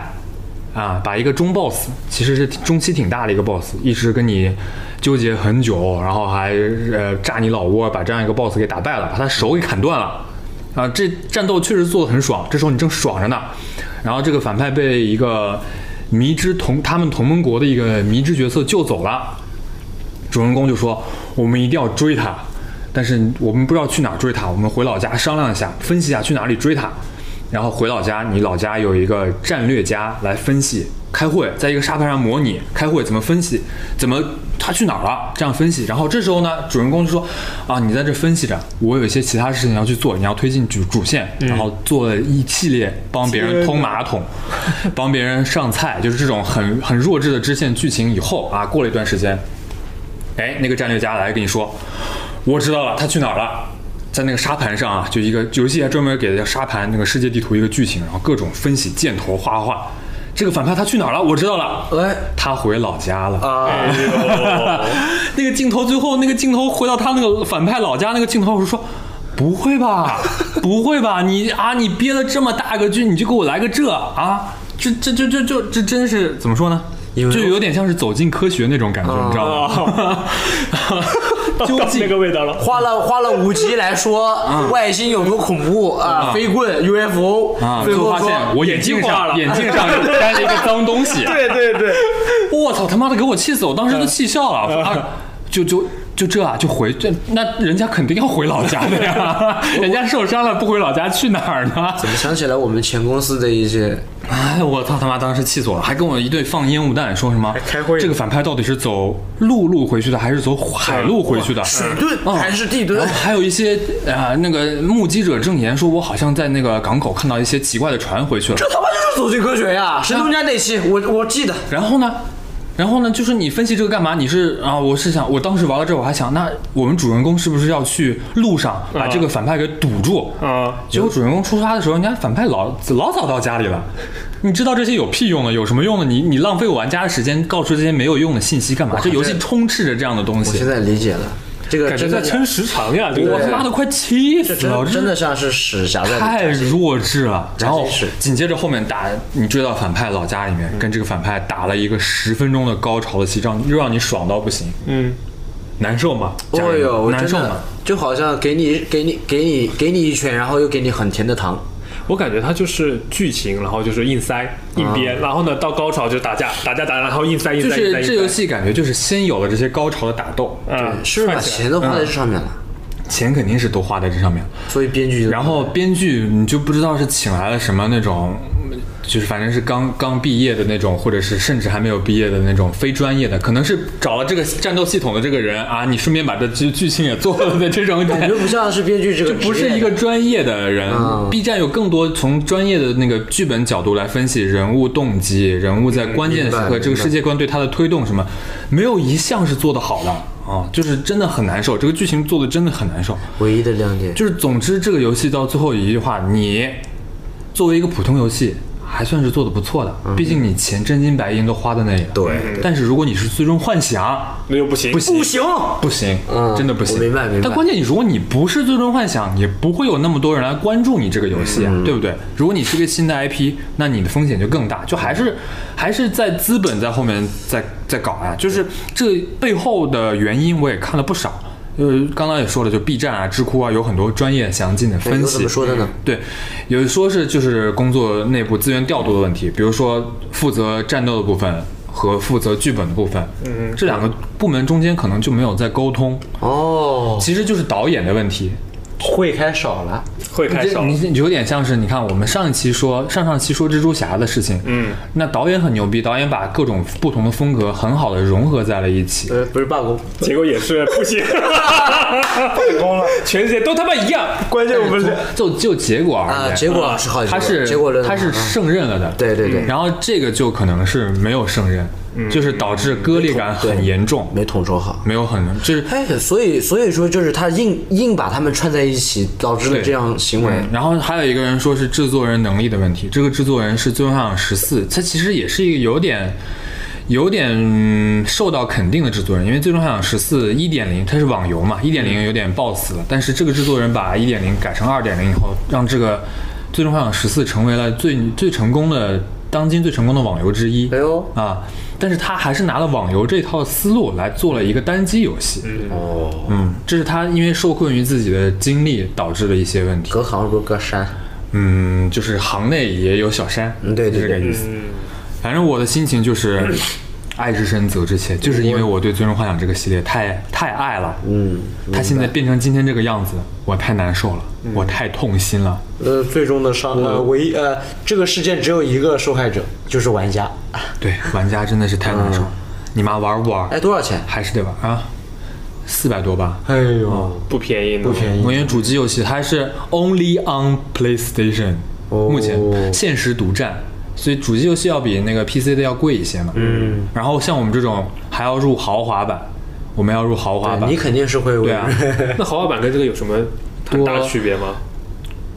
B: 啊，把一个中 boss，其实是中期挺大的一个 boss，一直跟你纠结很久，然后还呃炸你老窝，把这样一个 boss 给打败了，把他手给砍断了。啊，这战斗确实做得很爽，这时候你正爽着呢，然后这个反派被一个迷之同他们同盟国的一个迷之角色救走了，主人公就说我们一定要追他，但是我们不知道去哪儿追他，我们回老家商量一下，分析一下去哪里追他，然后回老家，你老家有一个战略家来分析开会，在一个沙发上模拟开会怎么分析，怎么他去哪儿了，这样分析。然后这时候呢，主人公就说啊，你在这分析着，我有一些其他事情要去做，你要推进主主线，然后做了一系列帮别人通马桶，帮别人上菜，就是这种很很弱智的支线剧情。以后啊，过了一段时间，哎，那个战略家来跟你说，我知道了，他去哪儿了。在那个沙盘上啊，就一个游戏还专门给了叫沙盘那个世界地图一个剧情，然后各种分析箭头画画。这个反派他去哪儿了？我知道了，
A: 哎
B: 他回老家了。
A: 啊，
B: 那个镜头最后那个镜头回到他那个反派老家那个镜头，我说不会吧，不会吧，你啊你憋了这么大个剧，你就给我来个这啊，这这这这这这真是怎么说呢？
A: 因为
B: 就有点像是走进科学那种感觉，你知道吗？ 究
D: 到那
B: 竟
D: 个味道了，
A: 花了花了五集来说
B: 嗯
A: 外星有多恐怖啊，飞棍 UFO，
B: 啊，
A: 最
B: 嗯最
A: 后
B: 后发现
A: 说
B: 我眼镜
D: 眼睛花
B: 上
D: 了
B: 眼镜上粘了一个脏东西，
D: 对对 对，
B: 我操他妈的给我气死！我当时
A: 嗯
B: 都气笑了，我说啊，就就就这啊，就回这那人家肯定要回老家的 呀，人家受伤了不回老家去哪儿呢？
A: 怎么想起来我们前公司的一些
B: 哎，我操他妈！当时气死我了，还跟我一对放烟雾弹，说什么
D: 开会
B: 这个反派到底是走陆路回去的，还是走海路回去的？
A: 水遁
B: 嗯
A: 还是地遁
B: 然后？还有一些啊、呃那个目击者证言说，我好像在那个港口看到一些奇怪的船回去了。
A: 啊这他妈就是走进科学呀！神农架那期我我记得，
B: 然后呢，然后呢，就是你分析这个干嘛？你是啊，我是想，我当时玩到这儿，我还想，那我们主人公是不是要去路上把这个反派给堵住？
D: 啊，
B: 结果主人公出发的时候，人家反派老老早到家里了。你知道这些有屁用呢？有什么用呢？你你浪费我玩家的时间，告诉这些没有用的信息干嘛？这游戏充斥着这样的东
A: 我现
B: 西，
A: 在理解了，这个
D: 感觉
A: 真
D: 在
A: 的
D: 撑时长呀，这
B: 我
D: 个
B: 他妈的快气
A: 这
B: 死
A: 真
B: 了！我
A: 真的像是屎夹在里
B: 太弱智了。然后
A: 真是嗯
B: 紧接着后面打你追到反派老家里面，跟这个反派打了一个十分钟的高潮的戏，让又让你爽到不行，
D: 嗯，
B: 难受吗？家
A: 哦
B: 人
A: 哟，我
B: 难
A: 真
B: 受吗
A: 的？就好像给你给你给你给你一拳，然后又给你很甜的糖。
D: 我感觉它就是剧情，然后就是硬塞硬编，然后呢到高潮就打架，打架打架，然后硬塞硬
B: 就
D: 塞硬塞
B: 是这游
D: 硬塞，
B: 戏感觉就是先有了这些高潮的打斗，
D: 嗯，
A: 是不是把
D: 串起来
A: 钱都花在这上面了？
B: 钱肯定是都花在这上面了。
A: 所以编剧就
B: 嗯然后编剧你就不知道是请来了什么那种，嗯就是反正是刚刚毕业的那种，或者是甚至还没有毕业的那种非专业的，可能是找了这个战斗系统的这个人啊，你顺便把这剧剧情也做了的这种
A: 感
B: 感
A: 觉不像是编剧这个
B: 就
A: 职业的，
B: 不是一个专业的人啊
A: 嗯
B: ，B 站有更多从专业的那个剧本角度来分析人物动机、人物在关键
A: 明
B: 时
A: 白
B: 刻这
A: 明白
B: 个世界观对他的推动什么，没有一项是做得好的啊，就是真的很难受，这个剧情做的真的很难受。
A: 唯一的亮点。
B: 就是总之，这个游戏到最后一句话，你作为一个普通游戏，还算是做的不错的，毕竟你钱真金白银都花在那里了。
A: 嗯对。
B: 但是如果你是最终幻想，
D: 那又不行，
B: 不行，不行，不行，
A: 嗯
B: 真的不行。
A: 我明白明白
B: 但关键你，如果你不是最终幻想，也不会有那么多人来关注你这个游戏
A: 嗯
B: 啊，对不对？如果你是个新的 IP，那你的风险就更大，就还是还是在资本在后面在在搞啊，就是这背后的原因我也看了不少。呃，刚刚也说了，就 B 站啊、知乎啊，有很多专业详尽的
A: 哎
B: 分
A: 有
B: 析。
A: 怎么说的呢？
B: 对，有说是就是工作内部资源调度的问题，比如说负责战斗的部分和负责剧本的部分，嗯，这两个部门中间可能就没有在沟通，
A: 哦，
B: 其实就是导演的问题。
A: 会开少了，
D: 会开
B: 这
D: 少，
B: 你你有点像是你看我们上一期说上上期说蜘蛛侠的事情，嗯，那导演很牛逼，导演把各种不同的风格很好的融合在了一起。
A: 呃，不是罢工，
D: 结果也是不 行，
C: 成功了。
D: 全世界都他妈一样，哎
C: 关键我们俩
B: 就就结果而
A: 啊，
B: 言，
A: 结果是好结
B: 他
A: 果，
B: 是
A: 结果论，啊嗯
B: 他是胜任了的，
A: 对对对
B: 然后这个就可能是没有胜任，就是导致割裂感很严重，
A: 嗯没统筹好。
B: 没有很就是。
A: 哎，所以所以说就是他硬硬把他们串在一起，导致了
B: 对
A: 这样行为
B: 嗯。然后还有一个人说是制作人能力的问题，这个制作人是《最终幻想十四》，他其实也是一个有点。有点嗯受到肯定的制作人，因为《最终幻想十四》一点零它是网游嘛，一点零有点爆死了。但是这个制作人把一点零改成二点零以后，让这个《最终幻想十四》成为了最最成功的当今最成功的网游之一。
A: 哎呦
B: 啊！但是他还是拿了网游这套思路来做了一个单机游戏。
A: 哦，
B: 嗯，这是他因为受困于自己的经历导致的一些问题。
A: 隔行如隔山。
B: 嗯，就是行内也有小山，
A: 嗯对对
B: 就是这个
A: 对
B: 意思。反正我的心情就是，爱之深，责之切，就是因为我对《最终幻想》这个系列太太爱了，
A: 嗯，
B: 它现在变成今天这个样子，我太难受了，
A: 嗯
B: 我太痛心了。
A: 呃，最终的伤呃，唯一呃，这个事件只有一个受害者，就是玩家。
B: 对，玩家真的是太难受了。你妈玩不玩？
A: 嗯哎，多少钱？
B: 还是得玩啊，四百多吧。
A: 哎呦，
D: 不便宜呢，
A: 不 便宜。
B: 我因为主机游戏它是 only on PlayStation，、
A: 哦
B: 目前限时独占，所以主机游戏要比那个 PC 的要贵一些嘛。嗯，然后像我们这种还要入豪华版，我们要入豪华版，
A: 你肯定是 会
B: 对啊，
D: 那豪华版跟这个有什么很大
B: 多
D: 区别吗？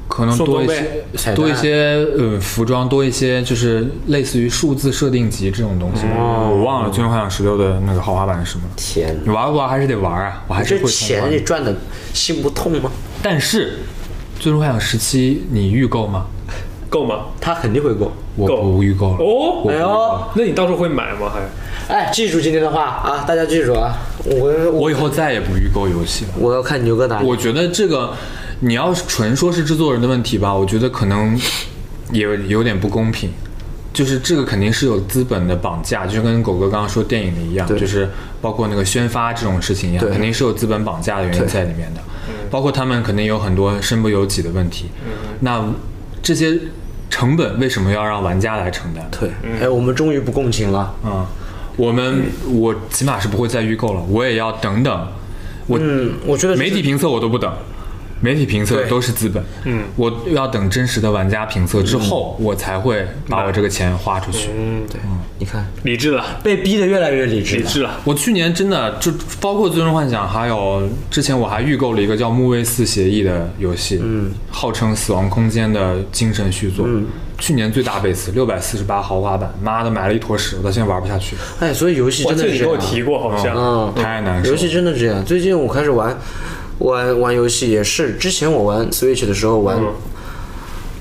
B: 可能
D: 送
B: 多一
D: 装备
A: 彩
B: 些
A: 蛋
B: 多一些呃服装，多一些就是类似于数字设定集这种东西。哦，我忘了《最终幻想十六》的那个豪华版是什么了。
A: 天
B: 你玩不玩还是得玩啊，我还是
A: 这
B: 会通
A: 钱
B: 关
A: 你赚的心不痛吗？
B: 但是《最终幻想十七》你预购吗？
D: 够吗？
A: 他肯定会过。
B: 我
D: 购
B: 不预购了。
D: 哦，
A: 哎呦，
D: 那你到时候会买吗？还
A: 哎，记住今天的话啊，大家记住啊，我我
B: 我以后再也不预购游戏了。
A: 我要看牛哥打你。
B: 我觉得这个，你要是纯说是制作人的问题吧，我觉得可能也有点不公平。就是这个肯定是有资本的绑架，就跟狗哥刚刚说电影的一样，
A: 对
B: 就是包括那个宣发这种事情一样，
A: 对
B: 肯定是有资本绑架的原因
A: 对
B: 在里面的。包括他们肯定有很多身不由己的问题。那这些成本为什么要让玩家来承担？
A: 对，哎，我们终于不共情了。
B: 嗯，我们、
A: 嗯
B: 我起码是不会再预购了，我也要等等。我
A: 嗯，我觉得
B: 媒体评测我都不等，媒体评测
A: 对
B: 都是资本，嗯，我要等真实的玩家评测之后，我才会把我这个钱花出去。
D: 嗯，
A: 对，你看，
D: 理智了，
A: 被逼得越来越理智
D: 理
A: 了。
D: 智了，
B: 我去年真的就包括《最终幻想》，还有之前我还预购了一个叫《木卫四协议》的游戏，嗯，号称《死亡空间》的精神续作，嗯，去年最大背刺六百四十八豪华版，妈的买了一坨屎，我到现在玩不下去，
A: 哎，所以游戏
D: 我
A: 真的
D: 记得
A: 是这
D: 你跟我
A: 样。
D: 提过，好像，
A: 嗯，
B: 太难受
A: 游
B: 了。
A: 戏真的这样。最近我开始玩玩玩游戏，也是之前我玩 Switch 的时候玩，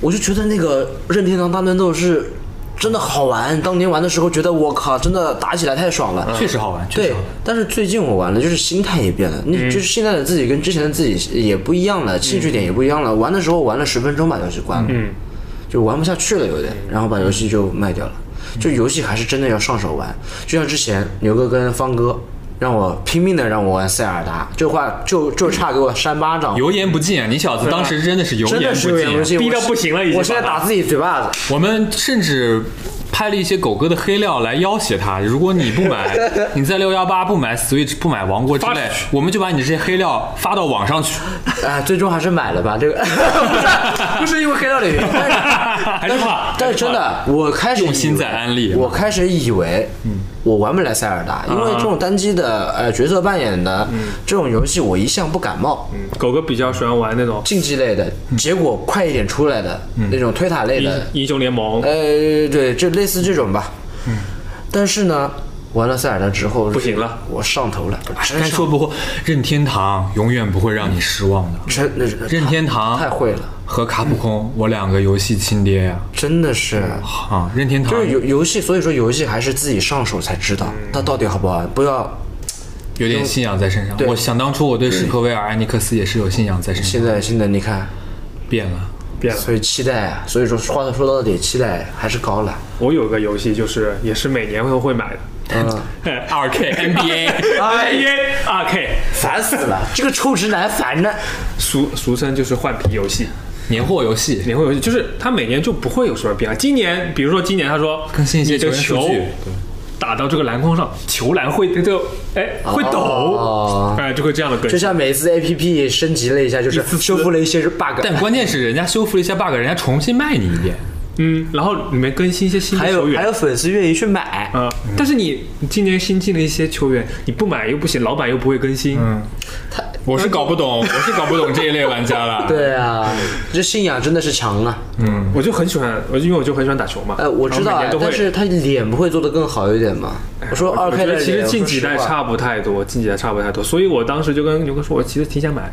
A: 我就觉得那个任天堂大乱斗是真的好玩。当年玩的时候觉得我靠，真的打起来太爽了。
B: 确实好玩，确实
A: 对
B: 好玩。，
A: 但是最近我玩了，就是心态也变了，你
D: 嗯
A: 就是现在的自己跟之前的自己也不一样了，兴趣点也不一样了。玩的时候玩了十分钟把游戏关了，
D: 嗯
A: 就玩不下去了有点，然后把游戏就卖掉了。
D: 嗯
A: 就游戏还是真的要上手玩，就像之前牛哥跟方哥让我拼命的让我玩塞尔达，这话就就差给我扇巴掌，
B: 油盐不进啊！你小子当时真的是油
A: 真
B: 盐
A: 的
B: 不
A: 是有
B: 进
A: 点
B: 啊、
A: 不行，
D: 逼到
A: 我
D: 不行了已经
A: 我现在打自己嘴巴子，
B: 我们甚至拍了一些狗哥的黑料来要挟他，如果你不买，你在六幺八不买 Switch 不买王国之类
D: 发出去，
B: 我们就把你这些黑料发到网上去，
A: 哎，最终还是买了吧。 这个不是不是因为黑料的原因，但是
B: 还是怕。
A: 但是真的，我开始
B: 用心
A: 以为
B: 在安利嗯
A: 我开始以为，我玩不来塞尔
B: 啊
A: 达，因为这种单机的呃角色扮演的
B: 嗯
A: 这种游戏，我一向不感冒。
D: 狗哥比较喜欢玩那种
A: 竞技类的，
B: 嗯
A: 结果快一点出来的那种推塔类
D: 英
A: 的，
D: 英雄联盟，
A: 呃，对，就类似这种吧。
B: 嗯
A: 但是呢，玩了塞尔达之后
D: 不行了，
A: 我上头了，真
B: 该
A: 上
B: 说不过，任天堂永远不会让你失望的。
A: 真那是
B: 任天堂
A: 太会了，
B: 和卡普空，我两个游戏亲爹呀、
A: 真的是。
B: 啊！任天堂
A: 就是游游戏，所以说游戏还是自己上手才知道
D: 嗯
A: 它到底好不好玩，不要
B: 有点信仰在身上。
A: 对
B: 我想当初我对史克威尔艾尼克斯也是有信仰在身上，
A: 现在现在你看
B: 变了。
D: 变了。
A: 所以期待啊，所以说话说到底，期待还是高了。
D: 我有个游戏就是也是每年都会买的，
A: 嗯，
B: 二 K NBA，
D: 哎耶，二 K
A: 烦死了，这个臭直男烦的。
D: 俗俗称就是换皮游戏，
B: 年货游戏
D: 年会游戏就是它每年就不会有什么变化。今年比如说今年他说
B: 更新一些
D: 你这个
B: 球员数
D: 球
B: 据
D: 打到这个篮筐上，球篮会就哎会抖，哎、哎
A: 哦
D: 就会这样的更
A: 就
D: 新。
A: 像每次 A P P 升级了一下，就是
D: 一次次
A: 修复了一些 bug，
B: 但关键是人家修复了一些 bug，人家重新卖你一遍。
D: 嗯，然后里面更新一些新的
A: 还有
D: 球员
A: 还。有嗯粉丝愿意去买，
D: 啊、但是你你今年新进了一些球员，你不买又不行，老板又不会更新，
A: 嗯
B: 我是搞不 懂，我是搞不懂这一类玩家了。，
A: 对啊，这信仰真的是强啊！
D: 我就很喜欢，我因为我就很喜欢打球嘛。
A: 哎，我知道啊
D: 嗯然后每年都，会
A: 但是他脸不会做得更好一点吗？我说二
D: 我
A: K
D: 觉
A: 的
D: 得其实
A: 脸
D: 近几代，
A: 我说实话
D: 差不太多，近几代差不太多，所以我当时就跟牛哥说，我其实挺想买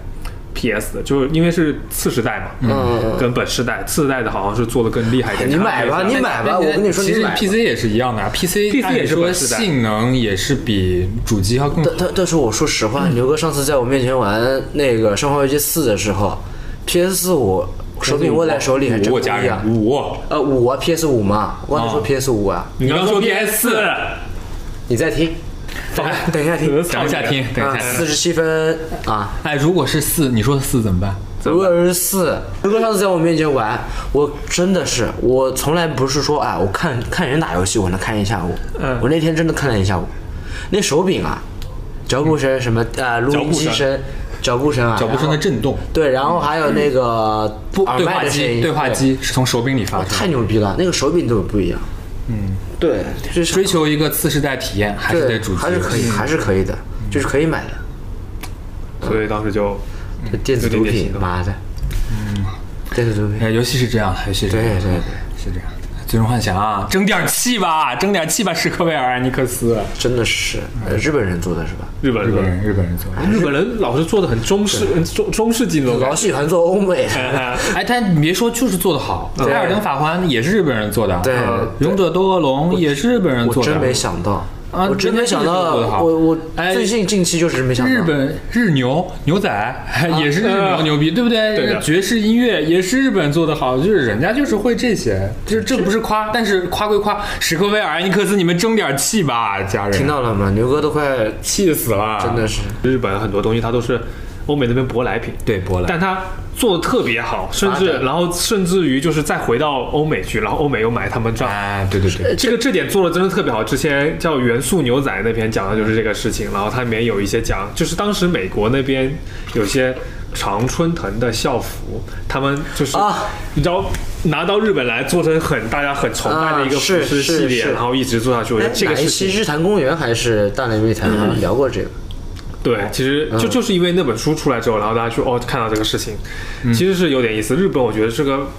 D: PS 的，就是因为是次时代嘛，
A: 嗯
D: 跟本世代，次世代的好像是做的更厉害一点。
A: 你买吧，
D: 啊
A: 你买吧，我跟你说，
B: 其
A: 你
B: 实
A: 买吧。
B: PC 也是一样的啊，PC
D: PC
B: 按理
D: 也是
B: 说
D: 本世代
B: 性能也是比主机要更好
A: 但。但但是我说实话，
B: 嗯
A: 牛哥上次在我面前玩那个《生化危机四》的时候，PS 四五手柄握在手里还真
B: 五
A: 不
B: 我
A: 一
B: 家
A: 样
B: 人。五，
A: 呃，五啊，PS 五嘛，我刚才说 PS 五啊，
D: 你
B: 刚
D: 刚
B: 说
D: 说
B: PS4
D: PS
A: 你再听，等一下等一下听
B: 等一下听，等一
A: 啊，
B: 下听。
A: 四十七分啊，
B: 哎，如果是四，你说四怎么办？
A: 如果是四，牛哥上次在我面前玩，我真的是，我从来不是说啊，我看看人打游戏，我能看一下午，
D: 嗯
A: 我那天真的看了一下午，那手柄啊，脚步声什么呃，录
D: 脚
A: 音
D: 步
A: 机
D: 声
A: 声，脚步声啊，
B: 脚步声
A: 然后
B: 的震动，嗯
A: 对，然后还有那个
B: 不，
A: 耳
B: 对
A: 麦
B: 话
A: 的声
B: 机，
A: 音，
B: 啊对话机是从手柄里发
A: 对，
B: 出来
A: 太牛逼了，那个手柄都不一样。嗯，对，就
B: 的。
A: 是
B: 追求一个次世代体验，还是得
A: 对
B: 主，机，嗯
A: 还是可以，还是可以的，就是可以买的。
D: 所以当时就
B: 嗯
A: 这电子
D: 有
A: 毒
D: 点点
A: 品
D: 心，动
A: 妈的，嗯，电子毒品，
B: 哎，游戏是这样，游戏是这样，
A: 对对对
B: 是这样。最终幻想啊，争点气吧，争点气吧，史克威尔啊艾尼克斯，
A: 真的是
D: 嗯
A: 呃日本人做的是吧？
D: 日本
B: 日本人，日本人做的。
D: 日本人老是做的很中式，嗯中中式镜头感
A: 老。喜欢做欧美的，
B: 哎，但你别说，就是做的好，《艾尔登法环》也是日本人做的，
A: 对
B: 呃勇者斗恶龙》也是日本 人
A: 我
B: 做的，
A: 真没想到，
B: 啊
A: 我真没想到，
B: 人家就是做得好
A: 我我
B: 哎
A: 最近近期就是没想到，
B: 日本日牛牛仔、
A: 啊
B: 哎 也是日牛
D: 呃
B: 牛逼，对不对？
D: 对的
B: 爵士音乐也是日本做的好，就是人家就是会这些，就是这不是夸，但是夸归夸，史克威尔艾尼克斯，你们争点气吧，家人，
A: 听到了吗？牛哥都快
D: 啊
B: 气死了，
A: 真的是
D: 日本很多东西它都是欧美那边舶来品，
B: 对波兰
D: 但。它做的特别好，甚
A: 发
D: 至
A: 展
D: 然后甚至于就是再回到欧美去，然后欧美又买他们账。
B: 哎，对对对，
D: 这个这点做的真的特别好。之前叫《元素牛仔》那篇讲的就是这个事情，然后它里面有一些讲，就是当时美国那边有些常春藤的校服，他们就是
A: 啊
D: 你知道拿到日本来做成很大家很崇拜的一个
A: 啊
D: 服
A: 是
D: 饰
A: 是
D: 系列，
A: 是
D: 然后一直做下去。我觉
A: 哎
D: 得这个
A: 哪
D: 事
A: 一期
D: 情嗯
A: 日坛公园还是大内密谈好像聊过这个，哦
D: 对，其实
A: 嗯
D: 就就是因为那本书出来之后，然后大家说哦，看到这个事情，其实是有点意思。日本我觉得这个。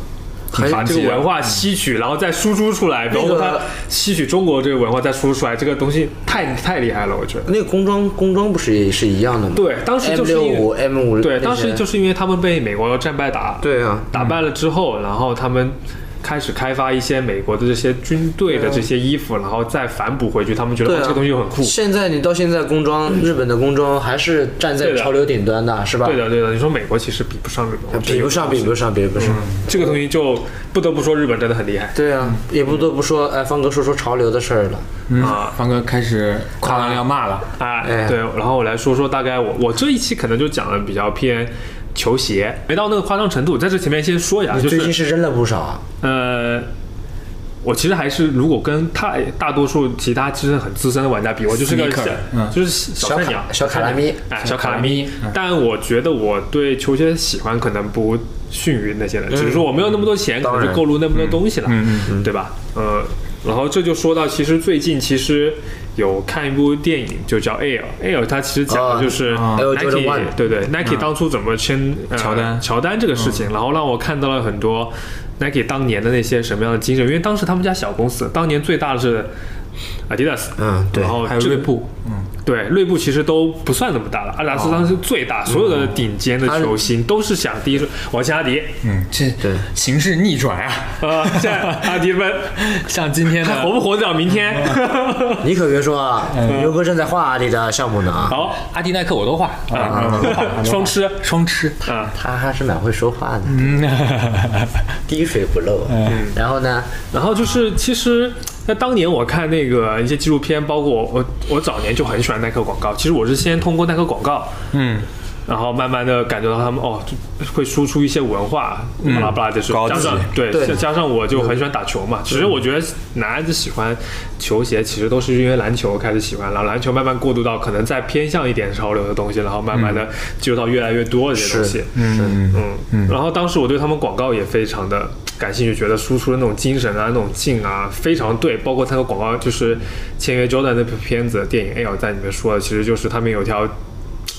A: 很
D: 把
B: 团
D: 这个
B: 结
D: 文化吸取，然后再输出出来，包括
A: 嗯那
D: 它
A: 个
D: 吸取中国这个文化再输出出来，这个东西太太厉害了，我觉得。
A: 那个工装工装不是也是一样的吗？
D: 对，当时
A: ，M
D: 就是
A: 六
D: 因为
A: 五 M 五
D: 对，当时就是因为他们被美国战败打，
A: 对啊，
D: 打败了之后，然后他们开始开发一些美国的这些军队的这些衣服，然后再反哺回去，他们觉得、
A: 对啊，
D: 哦这个东西很酷。嗯
A: 现在你到现在工装，日本的工装还是站在
D: 对的
A: 潮流顶端的，是吧？
D: 对的，对的，你说美国其实比不上日本，我觉
A: 啊
D: 得
A: 比不上，比不上，比不上。
D: 这个东西就不得不说日本真的很厉害。
A: 对啊，也不得不说，哎，方哥说说潮流的事儿了。
B: 嗯
D: 啊，
B: 方哥开始夸完要骂了，
D: 啊，
A: 哎
D: 对，然后我来说说大概我我这一期可能就讲的比较偏球鞋，没到那个夸张程度，在这前面先说一下，
A: 你
D: 就
A: 最近
D: 是
A: 是扔了不少啊？
D: 呃。我其实还是，如果跟大大多数其他其实很资深的玩家比，我就是个
B: Sneaker，
D: 小
B: 嗯
D: 就是小菜鸟
A: 卡，小卡拉咪，
D: 哎，
B: 小
D: 小
B: 卡嗯
D: 卡
B: 拉
D: 拉
B: 咪
D: 咪。但我觉得我对球鞋的喜欢可能不逊于那些人，只是说我没有那么多钱，可能就购入那么多东西了，
B: 嗯
D: 对吧？呃，然后这就说到，其实最近其实有看一部电影，就叫《Air》，《Air》它其实讲的就是
B: 啊
A: Air
D: Nike，、
A: Jordan One
D: 对对，Nike 当初怎么签、
B: 嗯
D: 呃
B: 乔丹嗯
D: 乔丹这个事情，然后让我看到了很多 Nike 当年的那些什么样的精神，因为当时他们家小公司，当年最大的是 Adidas，
A: 嗯对
D: 然后
B: 还有
D: 这个
B: 锐步，嗯，
D: 对，锐步其实都不算那么大了，阿达斯当时最大，所有的顶尖的球星都是想第一顺我先阿迪，
B: 嗯，这
A: 对
B: 形势逆转啊，
D: 呃，现在阿迪呃们
B: 像今天
D: 还活
B: 的
D: 不活得了明天？
A: 你可别说啊，牛哥正在画阿迪的项目呢啊，
D: 好
B: 阿迪耐克我都画，啊
D: 啊，双吃
B: 双吃，
D: 啊，
A: 他还是蛮会说话的，
B: 嗯，
A: 滴水不漏。啊
D: 嗯
A: 然后呢，
D: 然后就是其实。在当年我看那个一些纪录片，包括我我我早年就很喜欢耐克广告。其实我是先通过耐克广告，
B: 嗯，
D: 然后慢慢的感觉到他们哦，就会输出一些文化，巴拉巴拉就是
B: 高级
D: 加上对，
A: 对
D: 加加上我就很喜欢打球嘛。其实我觉得男孩子喜欢球鞋，其实都是因为篮球开始喜欢，然后篮球慢慢过渡到可能再偏向一点潮流的东西，然后慢慢的接触到越来越多的这些东西
A: 嗯是。
B: 嗯，
D: 嗯嗯，然后当时我对他们广告也非常的感兴趣，觉得输出的那种精神啊、那种劲啊，非常对。包括他的广告，就是签约 Jordan 那部片子电影《L》在里面哎说的，其实就是他们有条，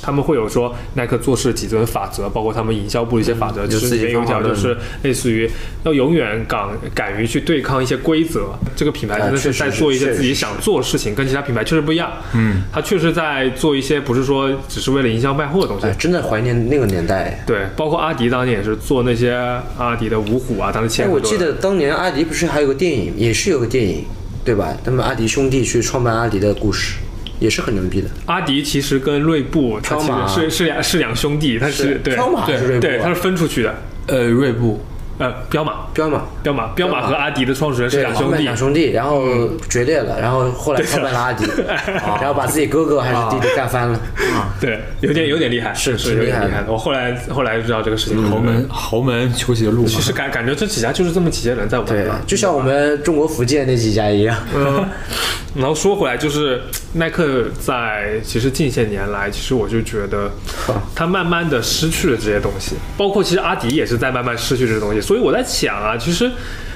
D: 他们会有说耐克做事几尊法则，包括他们营销部的一些法则，
A: 嗯
D: 就
A: 有
D: 是
A: 自己
D: 里面有一条
A: 方法
D: 就
A: 论
D: 是类似于要永远敢敢于去对抗一些规则，这个品牌
A: 啊
D: 真的是
A: 确实
D: 在
A: 是
D: 做一些
A: 确实
D: 自己
A: 是
D: 想做的事情，跟其他品牌确实不一样。
B: 嗯，
D: 他确实在做一些不是说只是为了营销卖货的东西
A: 哎，，真的怀念那个年代。
D: 对，包括阿迪当年也是做那些阿迪的五虎啊，当
A: 哎，
D: 时签
A: 我
D: 很多
A: 记
D: 人
A: 得当年阿迪不是还有个电影，也是有个电影，对吧？他们阿迪兄弟去创办阿迪的故事，也是很牛逼的。
D: 阿迪其实跟锐步，它其
A: 彪马
D: 实是是两是两兄弟，它是对
A: 彪马还是锐步啊
D: 对，它是分出去的。
B: 呃，锐步，
D: 呃，彪马，
A: 彪马，
D: 彪马，彪马和阿迪的创始人是
A: 对，
D: 两
A: 创
D: 兄
A: 办
D: 弟嗯
A: 两。兄弟，然后决裂了，然后后来创办了阿迪， 然后把自己哥哥还是弟弟干翻了。
D: 对，有点有点厉害，是
A: 挺
D: 有
A: 厉害嗯
D: 点
A: 的
D: 厉害的。我后来后来知道这个事情，
B: 豪门豪门球鞋路嘛，
D: 其实感感觉这几家就是这么几些人在玩
A: 对
D: 嘛，。
A: 就像我们中国福建那几家一样。
D: 嗯然后说回来，就是耐克在其实近些年来，其实我就觉得它慢慢的失去了这些东西，包括其实阿迪也是在慢慢失去这些东西。所以我在想啊，其实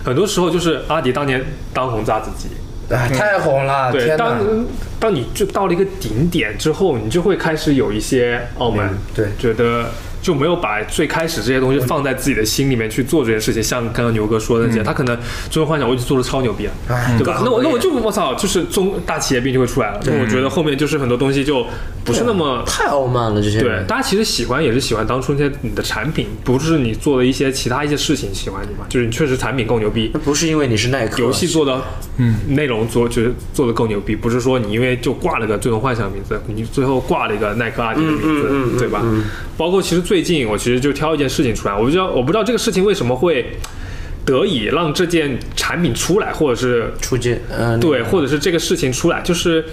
D: 很多时候就是阿迪当年当红炸子鸡，
A: 哎，太红了！
D: 对，
A: 天
D: 当
A: 哪，
D: 当你就到了一个顶点之后，你就会开始有一些傲慢，
A: 嗯对
D: 觉得就没有把最开始这些东西放在自己的心里面去做这件事情。像刚刚牛哥说的那
A: 嗯
D: 些，他可能《最终幻想》我就做的超牛逼了，
A: 啊
D: 对吧？那我那我就我操，就是中大企业病就会出来了。那我觉得后面就是很多东西就不是那么。
A: 太傲慢了！这些
D: 对，
A: 人，
D: 大家其实喜欢也是喜欢当初那些你的产品，不是你做的一些其他一些事情喜欢你嘛，就是你确实产品够牛逼，
A: 那不是因为你是耐克，
D: 游戏做的，嗯，内容做就是做的够牛逼，不是说你因为就挂了个最终幻想名字，你最后挂了一个耐克阿迪的名字，对吧？包括其实最近我其实就挑一件事情出来，我不知道我不知道这个事情为什么会得以让这件产品出来，或者是
A: 出街，嗯，
D: 对，或者是这个事情出来，就是。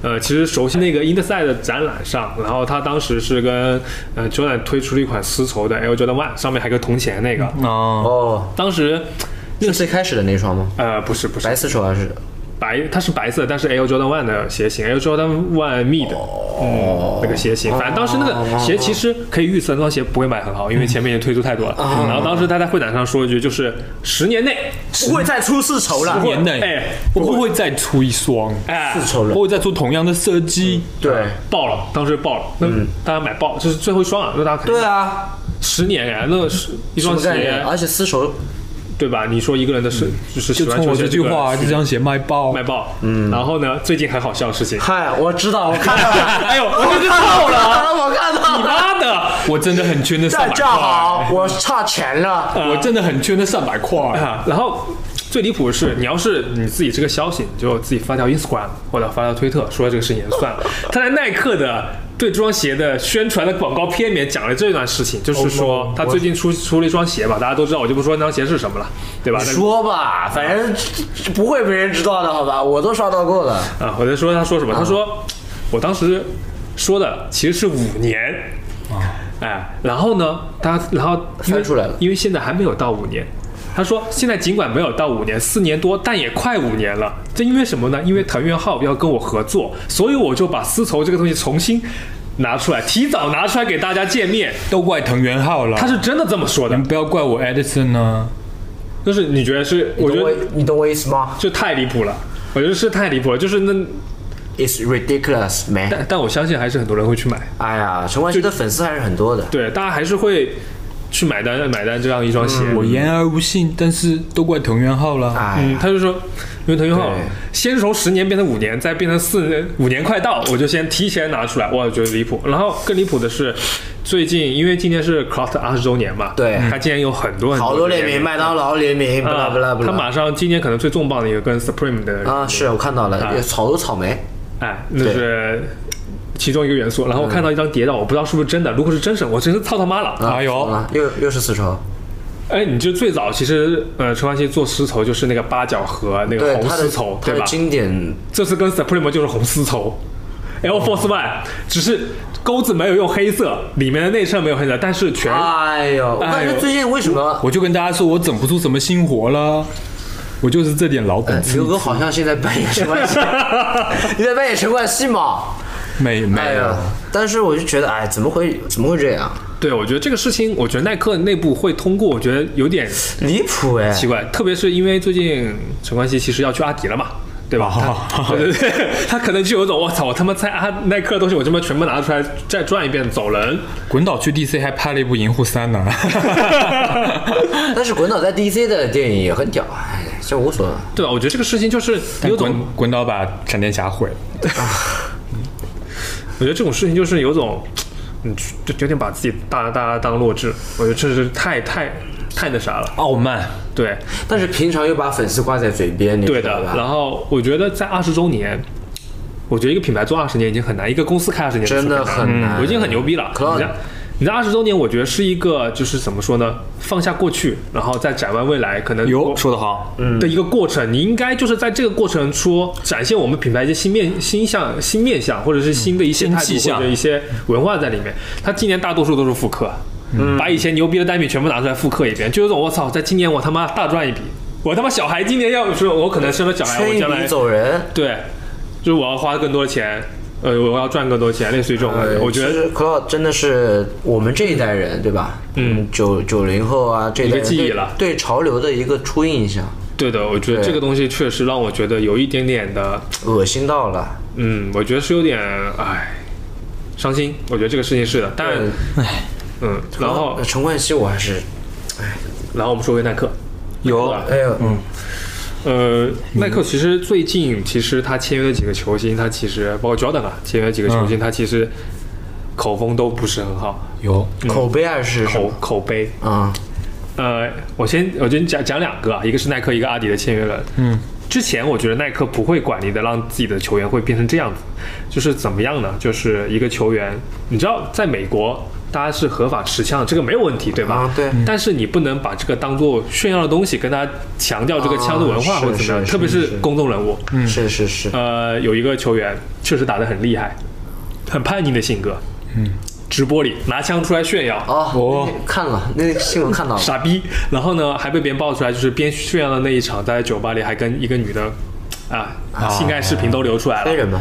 D: 呃，其实首先那个 Inside 的展览上，然后他当时是跟呃 Jordan 推出了一款丝绸的 L Jordan One，上面还有个铜钱那个，
B: 啊，
A: 哦，
D: 当时
A: 那个最开始的那双吗？
D: 呃不是不是
A: 白丝绸还是
D: 白，它是白色，但是 Air Jordan One 的鞋型，Air Jordan One Mid，、嗯，那个鞋型。反正当时那个鞋其实可以预测那双鞋不会卖很好，因为前面已经推出太多了。然后当时他在会展上说一句，就是十年内，
C: 不会再出丝绸了。
B: 年内，
D: 哎
B: 我不会再出一双，
D: 哎，
C: 丝绸了
B: 不，会再出同样的设计。
C: 对，
D: 爆了，当时爆了。那大家买爆，这是最后一双啊，那大家肯定
A: 对啊，
D: 十年哎，那是一
A: 什
D: 双
A: 么概念？啊
D: 鞋，
A: 而且丝绸，
D: 对吧？你说一个人的是就是
B: 就
D: 喜欢
B: 冲我
D: 球鞋
B: 这句话，这双鞋卖爆
D: 卖。爆。嗯，然后呢，最近很好笑的事情
A: 嗨，我知道，我看 到了，
D: 哎呦，我就知道了，
A: 我看到
D: 你
A: 了，
D: 妈的！
B: 我真的很缺那三
A: 大
B: 百
A: 家
B: 块，
A: 好，我差钱了，
B: 我真的很缺那三百块。
D: 啊，然后最离谱的是，你要是你自己这个消息，你就自己发条 Instagram 或者发条推特说这个事情也就算了。他在耐克的对这双鞋的宣传的广告片里面讲了这段事情，就是说他最近出出了一双鞋吧，大家都知道，我就不说那双鞋是什么了，对吧？
A: 说吧，反正不会没人知道的，好吧，我都刷到过了，
D: 啊，我在说他说什么？他说我当时说的其实是五年啊，哎，然后呢，他然后因为
A: 翻出来了
D: 因为现在还没有到五年。他说：“现在尽管没有到五年，四年多，但也快五年了。这因为什么呢？因为藤原浩要跟我合作，所以我就把丝绸这个东西重新拿出来，提早拿出来给大家见面。
B: 都怪藤原浩了，
D: 他是真的这么说
B: 你
D: 的
A: 嗯
B: 们，不要怪我 Edison 啊呢。
D: 就是你觉得是？我
A: 你
D: 觉
A: 懂我
D: 得
A: 你懂我意思吗
D: 就太离谱了，我觉得是太离谱了。就是那，
A: ？It's ridiculous, man！
D: 但但我相信还是很多人会去买。
A: 哎呀，陈冠希的粉丝还是很多的，
D: 对，大家还是会去买单买单这样一双
A: 嗯
D: 鞋。
B: 我言而无信，但是都怪藤原浩了。
A: 哎呀
D: 嗯，他就说，因为腾讯号
A: 对
D: 先从十年变成五年，再变成四年，五年快到，我就先提前拿出来，哇，我觉得离谱。然后更离谱的是，最近因为今年是 Croft 二十周年嘛，
A: 对
D: 他竟然有很多很
A: 好多联名，麦当劳联名，不啦不啦
D: 啊
A: 不，
D: 他
A: 啦。
D: 马上今年可能最重磅的一个跟 Supreme 的
A: 啊，是我看到了，有好多草莓，
D: 哎，那是其中一个元素。然后我看到一张谍照，我不知道是不是真的，如果是真的，我真是操他妈了。
A: 啊
B: 哎呦
A: 怎么了又又是丝绸，
D: 哎，你就最早其实呃，陈冠希做丝绸就是那个八角和那个
A: 对
D: 红
A: 它
D: 丝
A: 的
D: 绸，
A: 它
D: 对
A: 的
D: 吧？
A: 经典
D: 这次跟 Supreme 就是红丝绸，Air
A: 哦
D: Force One 只是钩子没有用黑色，里面的内衬没有黑色，但是全
A: 哎呦，我
D: 哎
A: 感
D: 呦
A: 觉最近为什么
B: 我就跟大家说，我整不出什么新活了，我就是这点老
D: 哎
B: 本
A: 刘
B: 事。
A: 哥好像现在扮演陈冠 希， 你在扮演陈冠希嘛？
B: 没
A: 哎
B: 没有
A: 呀，，但是我就觉得，哎，怎么会怎么会这样？
D: 对我觉得这个事情，我觉得耐克内部会通过，我觉得有点
A: 离谱哎！
D: 奇怪，特别是因为最近陈冠希其实要去阿迪了嘛。对吧？
A: 哦
D: 他对对对， 他可能就有种我操，我他妈在阿耐克的东西，我他妈全部拿出来再转一遍走人。
B: 滚岛去 DC 还拍了一部《银护三》呢。
A: 但是滚导在 DC 的电影也很屌，哎，这无所谓。
D: 对吧？我觉得这个事情就是
B: 但
D: 有种
B: 滚滚岛把闪电侠毁了。
D: 我觉得这种事情就是有种，嗯，就有点把自己大大家当弱智，我觉得这是太太太那啥了。
B: 傲慢，
D: 对
A: 但是平常又把粉丝挂在嘴边，你
D: 对
A: 知道
D: 的。
A: 吧？
D: 然后我觉得在二十周年，我觉得一个品牌做二十年已经很难，一个公司开二十年
A: 真的很难
D: 我已经很牛逼了。
A: Cloud
D: 你在你在二十周年，我觉得是一个就是怎么说呢，放下过去，然后再展望未来，可能
B: 哟，说得好，
D: 的一个过程，你应该就是在这个过程说展现我们品牌一些新面、新向、新面向，或者是新的一些
B: 新
D: 态
B: 气
D: 度
B: 象
D: 或者一些文化在里面。它今年大多数都是复刻，把以前牛逼的单品全部拿出来复刻一遍，就有种我操，在今年我他妈大赚一笔，我他妈小孩今年要是我可能生了小孩，
A: 吹
D: 我将
A: 笔
D: 来
A: 走人，
D: 对，就是我要花更多的钱，呃，我要赚更多钱，类似于这种感觉。
A: 呃
D: 我觉
A: 其
D: 得
A: 实 Cloud 真的是我们这一代人，对吧？嗯，九九零后啊，这一代人
D: 一个记忆
A: 对
D: 了
A: 对潮流的一个初印象，
D: 对的，我觉得
A: 对
D: 这个东西确实让我觉得有一点点的。
A: 恶心到了。
D: 嗯，我觉得是有点唉，伤心。我觉得这个事情是的，但
A: 对
D: 嗯，然后
A: 呃陈冠希，我还是
D: 然后我们说回耐克，
B: 有
A: 哎呦，
D: 呃，耐克其实最近其实他签约的几个球星，他其实包括 Jordan 啊，签约几个球星，他其实口风都不是很好，
B: 有，
A: 口碑还是
D: 嗯口口碑。
A: 啊，
D: 呃，我先我先讲讲两个啊，一个是耐克，一个阿迪的签约人。嗯，之前我觉得耐克不会管理的，让自己的球员会变成这样子，就是怎么样呢？就是一个球员，你知道，在美国大家是合法持枪的，这个没有问题，对吧？
A: 啊对
D: 但是你不能把这个当做炫耀的东西，跟大家强调这个枪的文化
A: 啊
D: 或者怎么样，
A: 是是
D: 特别是公众人物。嗯。
A: 是是是，
D: 呃，有一个球员确实打得很厉害，很叛逆的性格。嗯。直播里拿枪出来炫耀，
A: 哦，那看了那个新闻看到了，
D: 傻逼。然后呢，还被别人爆出来，就是边炫耀的那一场，在酒吧里还跟一个女的啊，性爱视频都流出来了
A: 黑。人嘛，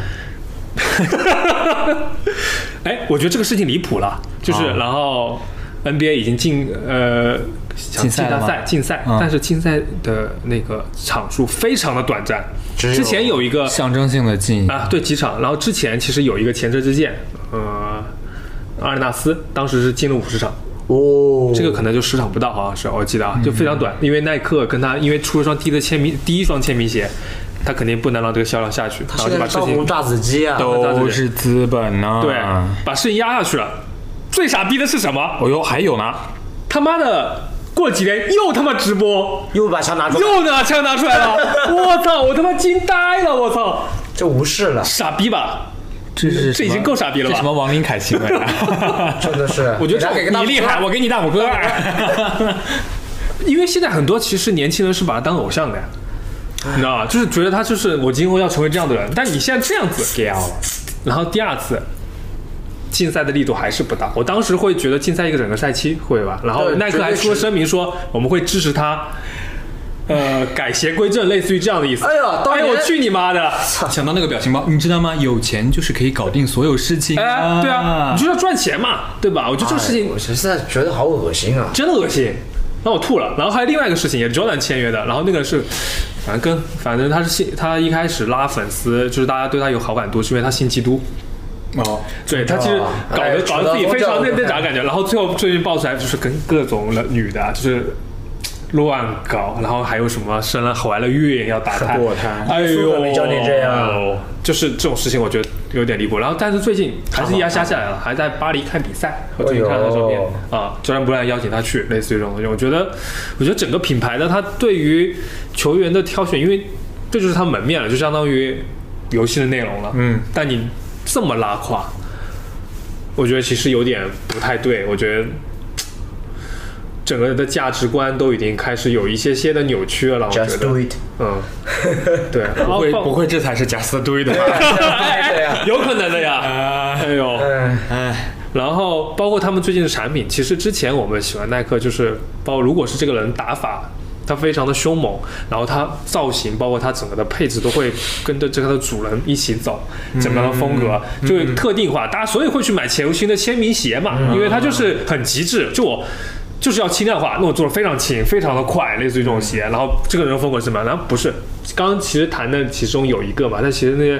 D: 哎，我觉得这个事情离谱了，就是、
B: 啊
D: 然后 NBA 已经进呃想
B: 竞赛
D: 进
B: 了
D: 大
B: 吗
D: 赛竞赛，
B: 嗯
D: 但是竞赛的那个场数非常的短暂。
A: 只有
D: 之前有一个
B: 象征性的进一步
D: 啊，对几场，然后之前其实有一个前车之鉴，呃，阿尔纳斯当时是进了五十场，
A: 哦，
B: 嗯
D: 这个可能就十场不到，好像是我记得啊，就非常短，因为耐克跟他因为出了双第一的签名第一双签名鞋，他肯定不能让这个销量下去，然后
A: 现在
D: 就把
A: 是
D: 事
A: 高
D: 情
A: 红炸子鸡啊，
B: 都是资本呐、
D: 对，把事情压下去了。最傻逼的是什么？
B: 哦哟，还有呢，
D: 他妈的，过几天又他妈直播，
A: 又把枪拿出来，
D: 又拿枪拿出来了，我操，我他妈惊呆了，我操，
A: 这无视了，
D: 傻逼吧？
B: 这是
D: 这已经够傻逼了吧
B: 这什么王林凯行为 啊？
A: 真的是，
D: 我觉得
A: 给他
D: 这
A: 给个大
B: 你厉害，我给你大拇哥。
D: 因为现在很多其实年轻人是把他当偶像的呀。
A: 嗯
D: 你知道吧？就是觉得他就是我今后要成为这样的人，但你现在这样子给了，然后第二次竞赛的力度还是不大。我当时会觉得竞赛一个整个赛期会吧，然后
A: 对
D: 耐克还出了声明说我们会支持他，呃，改邪归正，类似于这样的意思。
A: 哎呀当
D: 哎
A: 年啊
D: 呦，我去你妈的！
B: 想到那个表情包，你知道吗？有钱就是可以搞定所有事情、
D: 哎，对啊，你就是要赚钱嘛，对吧？我觉得这个事情
A: 哎我现在觉得好恶心啊，
D: 真的恶心，让我吐了。然后还有另外一个事情，也是 Jordan 签约的，然后那个是，反正跟反正他是信，他一开始拉粉丝，就是大家对他有好感度，是因为他信基督。
B: 哦，
D: 对他其实搞
A: 哎
D: 得搞得自己非常那
A: 扯到
D: 那
A: 这
D: 啥感觉，然后最后最近爆出来就是跟各种了女的啊，就是乱搞，然后还有什么生了怀了孕要打胎
B: 堕胎，
D: 哎
A: 苏
D: 呦，哦
A: 格没教你这样，
D: 就是这种事情我觉得有点离谱。然后但是最近还是压下下来了，还在巴黎看比赛，我最近看他的照片
A: 哎
D: 啊，教练不让邀请他去，类似于这种东西，我觉得我觉得整个品牌的他对于球员的挑选，因为这就是他门面了，就相当于游戏的内容了，
B: 嗯，
D: 但你这么拉胯。我觉得其实有点不太对，我觉得整个人的价值观都已经开始有一些些的扭曲了，我觉
A: Just do
D: 得，
A: it，
D: 嗯，对，
B: 哦不会
D: 然后
B: 不会，这才是贾斯堆的吧？
A: 对啊呀，
D: 哎有可能的呀，
B: 啊，
D: 哎呦，
A: 嗯，
B: 哎，
D: 然后包括他们最近的产品，其实之前我们喜欢耐克，就是包括如果是这个人打法，他非常的凶猛，然后他造型，包括他整个的配置都会跟着这个的主人一起走，整个的风格、就会特定化，大家所以会去买球星的签名鞋嘛，因为他就是很极致，就我。就是要轻量化，那我做的非常轻，非常的快，类似于这种鞋。然后这个人的风格是什么？然后不是，刚刚其实谈的其中有一个嘛，但其实那些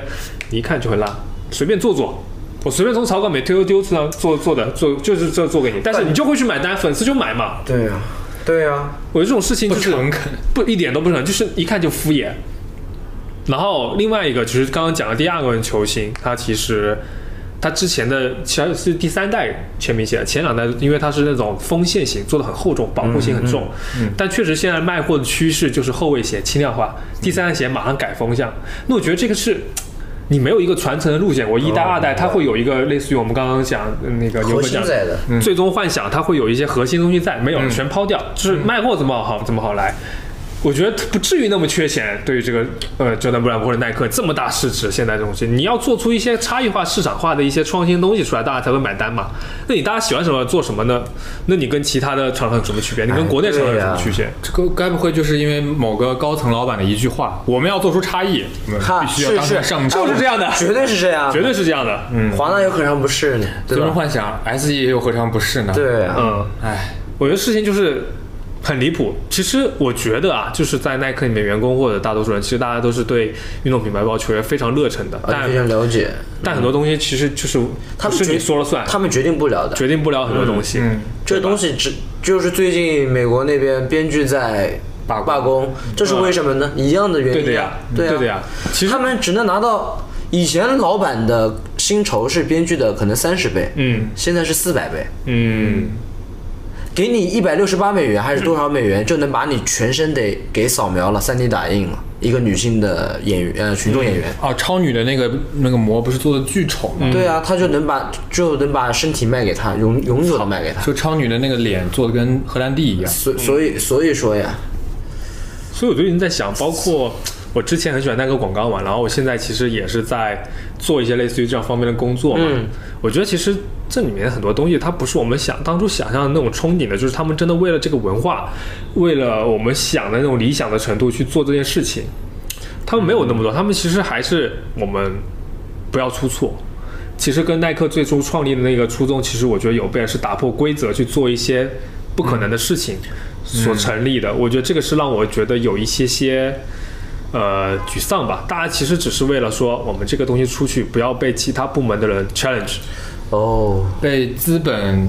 D: 你一看就很烂，随便做做，我随便从草稿每丢丢出来做做的做就是这做给你，但是你就会去买单，粉丝就买嘛。
A: 对呀，对啊呀，
D: 我觉得这种事情
B: 不
D: 就是
B: 诚恳，
D: 不一点都不诚，就是一看就敷衍。然后另外一个就是刚刚讲的第二个球星，他其实呃他之前的其实是第三代签名鞋，前两代因为它是那种锋线型，做的很厚重，保护性很重。但确实现在卖货的趋势就是后卫鞋轻量化，第三代鞋马上改风向。那我觉得这个是。你没有一个传承的路线，我一代、二代，它会有一个类似于我们刚刚讲呃那个
A: 核
D: 牛哥
A: 心
D: 讲
A: 在的，
D: 最终幻想它会有一些核心东西在，没有全抛掉，就是卖货怎么好怎么好来。我觉得不至于那么缺钱，对于这个呃乔丹布朗或者耐克这么大市值，现在这种东西，你要做出一些差异化、市场化的一些创新东西出来，大家才会买单嘛。那你大家喜欢什么做什么呢？那你跟其他的厂商有什么区别？你
A: 哎
D: 跟国内厂商有什么区别？
B: 这个该不会就是因为某个高层老板的一句话，我们要做出差异，我们
A: 哈
B: 必须要当成上
D: 就是这样的，
A: 绝对是这样
D: 绝，对是这样的。嗯
A: 华纳有何尝不是呢？对
B: 最终
A: 吧？
B: 幻想 S E 又何尝不是呢？，
A: 对啊，
D: 嗯，
B: 哎，
D: 我觉得事情就是很离谱。其实我觉得啊，就是在耐克里面，员工或者大多数人，其实大家都是对运动品牌包括球员非常热忱的，
A: 而
D: 但
A: 啊且非常了解，
D: 但很多东西其实就是
A: 他
D: 不
A: 们
D: 是你
A: 决
D: 说了算，
A: 他们决定不了的，
D: 决定不了很多东西。
B: 嗯，
A: 这个东西只就是最近美国那边编剧在
B: 罢
A: 罢
B: 工
A: 工，这是为什么呢？一样的原因、
D: 嗯
A: 啊
D: 对的呀，
A: 对
D: 对的呀。其实
A: 他们只能拿到以前老板的薪酬是编剧的可能三十倍，
D: 嗯
A: 现在是四百倍，
D: 嗯，
A: 给你一百六十八美元还是多少美元，就能把你全身得给扫描了，3 D 打印了。一个女性的演员，呃，群众演员，
B: 哦，超女的那个那个膜不是做的巨丑
D: 嗯
B: 吗？
A: 对啊，他就能把就能把身体卖给他，永永久的卖给他。
B: 就超女的那个脸做的跟荷兰弟一样，
A: 所所以所以说呀，
D: 所以我最近在想，包括我之前很喜欢那个广告嘛，然后我现在其实也是在做一些类似于这样方面的工作嘛。我觉得其实这里面很多东西，它不是我们想当初想象的那种憧憬的，就是他们真的为了这个文化，为了我们想的那种理想的程度去做这件事情。他们没有那么多，他们其实还是我们不要出错。其实跟耐克最初创立的那个初衷，其实我觉得有备是打破规则去做一些不可能的事情所成立的。我觉得这个是让我觉得有一些些呃沮丧吧。大家其实只是为了说我们这个东西出去，不要被其他部门的人 challenge。
A: 哦，
B: 被资本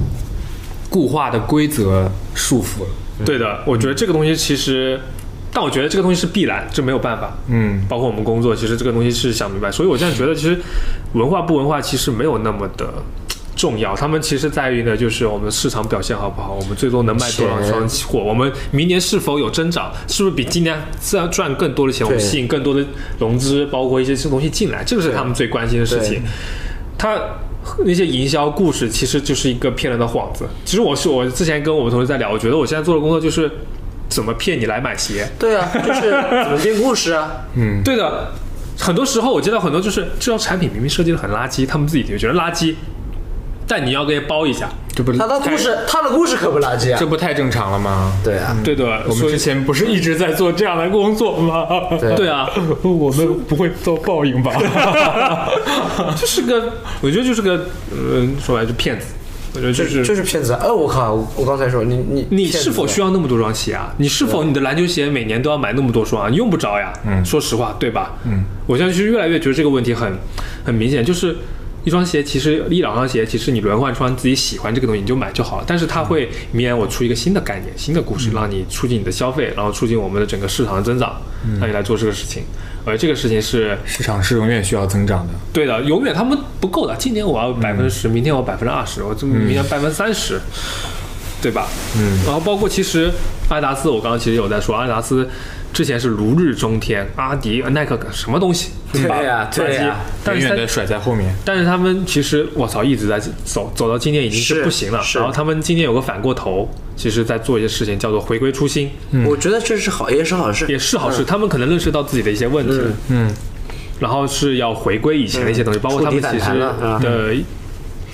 B: 固化的规则束缚了。
D: 对的，我觉得这个东西其实，但我觉得这个东西是必然，这没有办法。
B: 嗯，
D: 包括我们工作，其实这个东西是想明白。所以我现在觉得，其实文化不文化其实没有那么的重要，他们其实在于呢，就是我们市场表现好不好，我们最终能卖多少双货，我们明年是否有增长，是不是比今年自然赚更多的钱，我们吸引更多的融资，包括一些东西进来，这个是他们最关心的事情。他那些营销故事其实就是一个骗人的幌子。其实我是我之前跟我们同事在聊，我觉得我现在做的工作就是怎么骗你来买鞋。
C: 对啊，就是怎么编故事啊？
B: 嗯
D: 对的，很多时候我接到很多就是这套产品明明设计的很垃圾，他们自己也觉得垃圾，但你要给包一下。
B: 这不
C: 他的故事，他的故事可不垃圾
B: 这
C: 啊。
B: 不太正常了吗？
C: 对啊，
D: 对的，
B: 我们
D: 所以
B: 之前不是一直在做这样的工作吗？
C: 对
D: 对 啊，
B: 我们不会遭报应吧？
D: 就是个，我觉得就是个，嗯，说白了就骗子。我觉得就
C: 就是就是骗子啊！
A: 哦
C: 哎，我靠，我刚才说你你
D: 你
C: 骗子
D: 是否需要那么多双鞋啊？你是否你的篮球鞋每年都要买那么多双啊？你用不着呀。嗯，说实话，对吧？嗯，我现在就是越来越觉得这个问题很很明显，就是一双鞋，其实一两双鞋，其实你轮换穿自己喜欢这个东西你就买就好了。但是它会明年我出一个新的概念、新的故事，让你促进你的消费，然后促进我们的整个市场的增长，让你来做这个事情。而这个事情是
B: 市场是永远需要增长的。
D: 对的，永远他们不够的。今年我要百分之
C: 嗯
D: 十，明天我百分之二十，我这么明年百分之三十，对吧？嗯。然后包括其实阿迪达斯，我刚刚其实有在说，阿迪达斯之前是如日中天，阿迪、耐克什么东西，
C: 对呀对呀
D: 但
B: 远
D: 是
B: 远的
D: 他
B: 甩在后面，
D: 但是他们其实我操一直在走走到今年已经是
C: 是
D: 不行了，
C: 是
D: 然后他们今年有个反过头，其实在做一些事情叫做回归初心，
A: 嗯我觉得这是好，也是好事。
D: 也是好
C: 嗯
D: 事，他们可能认识到自己的一些问题，嗯，然后是要回归以前的一些东西，包括他们其
C: 嗯触底
D: 实
C: 反弹了啊
D: 的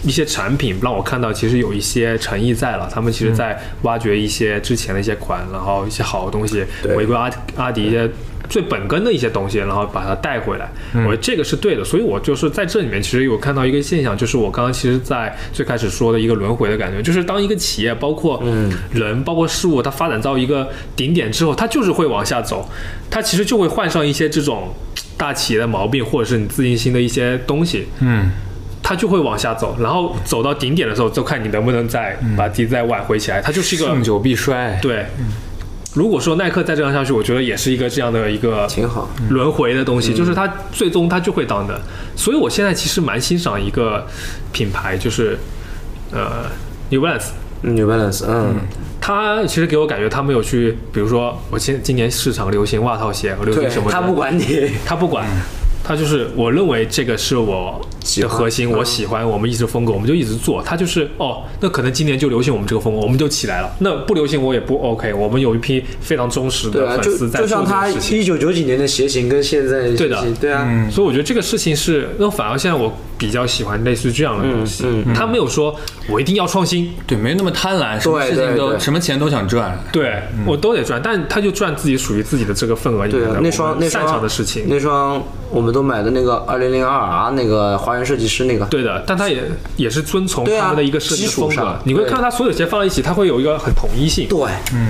D: 一些产品，让我看到其实有一些诚意在了，他们其实在挖掘一些之前的一些款，然后一些好的东西，回归阿阿迪一些。最本根的一些东西，然后把它带回来，我觉得这个是对的。所以我就是在这里面，其实有看到一个现象，就是我刚刚其实，在最开始说的一个轮回的感觉，就是当一个企业包括人、包括事物，它发展到一个顶点之后，它就是会往下走，它其实就会患上一些这种大企业的毛病，或者是你自信心的一些东西。
B: 嗯，
D: 它就会往下走，然后走到顶点的时候，就看你能不能再把自己再挽回起来。它就是一个
B: 盛久必衰。
D: 对。如果说耐克再这样下去，我觉得也是一个这样的一个
A: 挺好，
D: 轮回的东西，就是它最终它就会当嗯的。所以我现在其实蛮欣赏一个品牌，就是呃 New Balance。
A: 嗯 New Balance，嗯，
D: 它其实给我感觉，他没有去，比如说我现今年市场流行袜套鞋和流行什么的，
A: 他不管你，
D: 他不
A: 嗯
D: 管，他就是我认为这个是我的核心，
A: 嗯
D: 我喜欢，我们一直风格，我们就一直做。他就是哦，那可能今年就流行我们这个风格，我们就起来了。那不流行我也不 OK，我们有一批非常忠实
A: 对
D: 的
A: 啊，
D: 粉
A: 就
D: 丝在
A: 就
D: 做
A: 像
D: 这
A: 他
D: 个事情。
A: 一九九几年的鞋型跟现在的
D: 对的嗯
A: 鞋型对啊，
D: 所以我觉得这个事情是，那反而现在我比较喜欢类似这
A: 嗯
D: 样的东西。他没有说我一定要创新，
B: 对，没那么贪婪，什么
A: 对
B: 事情
A: 对
B: 都
A: 对
B: 什么钱都想赚。
D: 对我都得赚，但他就赚自己属于自己的这个份额里面
A: 嗯对
D: 的
A: 啊，那双
D: 我
A: 那
D: 们
A: 双
D: 擅长的事情。
A: 那双我们都买的那个二零零二 R 那个华人设计师那个，
D: 对的，但它也也是遵从
A: 对啊
D: 他们的一个设计
A: 基础
D: 风格，
A: 上
D: 你会
A: 对
D: 看到它所有鞋放在一起，它会有一个很统一性，
A: 对，
D: 嗯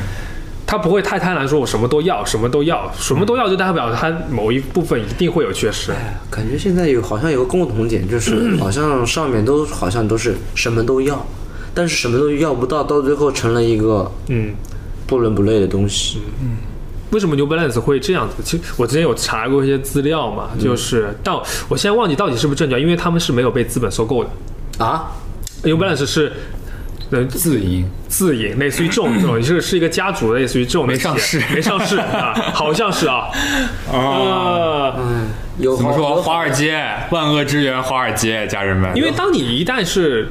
D: 它不会太贪婪，说我什么都要，什么都要，什么都
A: 嗯
D: 要，就代表它某一部分一定会有缺失。
A: 感觉现在有好像有个共同点， 就是好像上面都好像都是什么都要，但是什么都要不到，到最后成了一个
D: 嗯，
A: 不伦不类的东西。
D: 为什么 New Balance 会这样子？其实我之前有查过一些资料嘛，
A: 嗯
D: 就是，但我现在忘记到底是不是正确，因为他们是没有被资本收购的。
A: 啊，
D: New Balance 是，呃，
B: 自营，
D: 自营，类似于这 种这种，是是一个家族的，类似于这种的
B: 没上
D: 企业
B: 市
D: 没上市啊，好像 是啊，啊、
A: 哎有
B: 怎么
A: 好
B: 说？
A: 有
B: 华尔街，万恶之源，华尔街，家人们，
D: 因为当你一旦是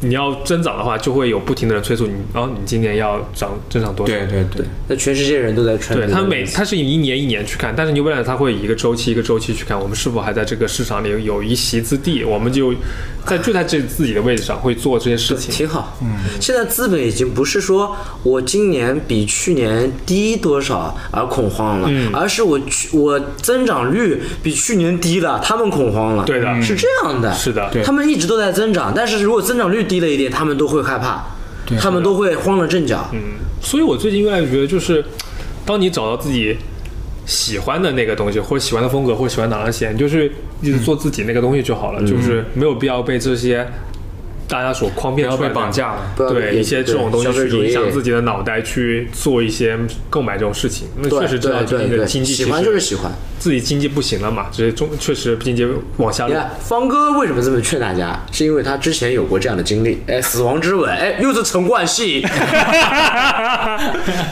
D: 你要增长的话，就会有不停的人催促你，哦，你今年要涨增长多少？
B: 对对对，
A: 那全世界人都在穿。
D: 对他每他是一年一年去看，但是 New Balance 他会以一个周期一个周期去看，我们是否还在这个市场里有一席之地，我们就在就在这自己的位置上会做这些事情。
A: 挺好。嗯，现在资本已经不是说我今年比去年低多少而恐慌了，
D: 嗯
A: 而是我去我增长率比去年低了，他们恐慌了。
D: 对的嗯
A: 是这样的。
D: 是的
A: 他们一直都在增长，但是如果增长率低了一点，他们都会害怕，他们都会慌了阵脚。嗯，
D: 所以我最近越来越觉得，就是当你找到自己喜欢的那个东西，或者喜欢的风格，或者喜欢哪双鞋，你就是一
B: 嗯
D: 直做自己那个东西就好了，就是没有必要被这些大家所诓骗
B: 不要
D: 出来
B: 被
D: 的
B: 绑架了
A: 不要被
D: 对一些这种东西
A: 消费
D: 去
A: 主义
D: 影响自己的脑袋去做一些购买这种事情，那
A: 对
D: 确实知道
A: 对
D: 自己
A: 对
D: 的
A: 对，
D: 经济嗯
A: 喜
D: 其
A: 欢
D: 实
A: 就是喜欢。
D: 自己经济不行了嘛，这些中确实经济往下
A: 你
D: 落。
A: 看哎方哥为什么这么劝大家，是因为他之前有过这样的经历。哎，死亡之吻，哎，又是陈冠希。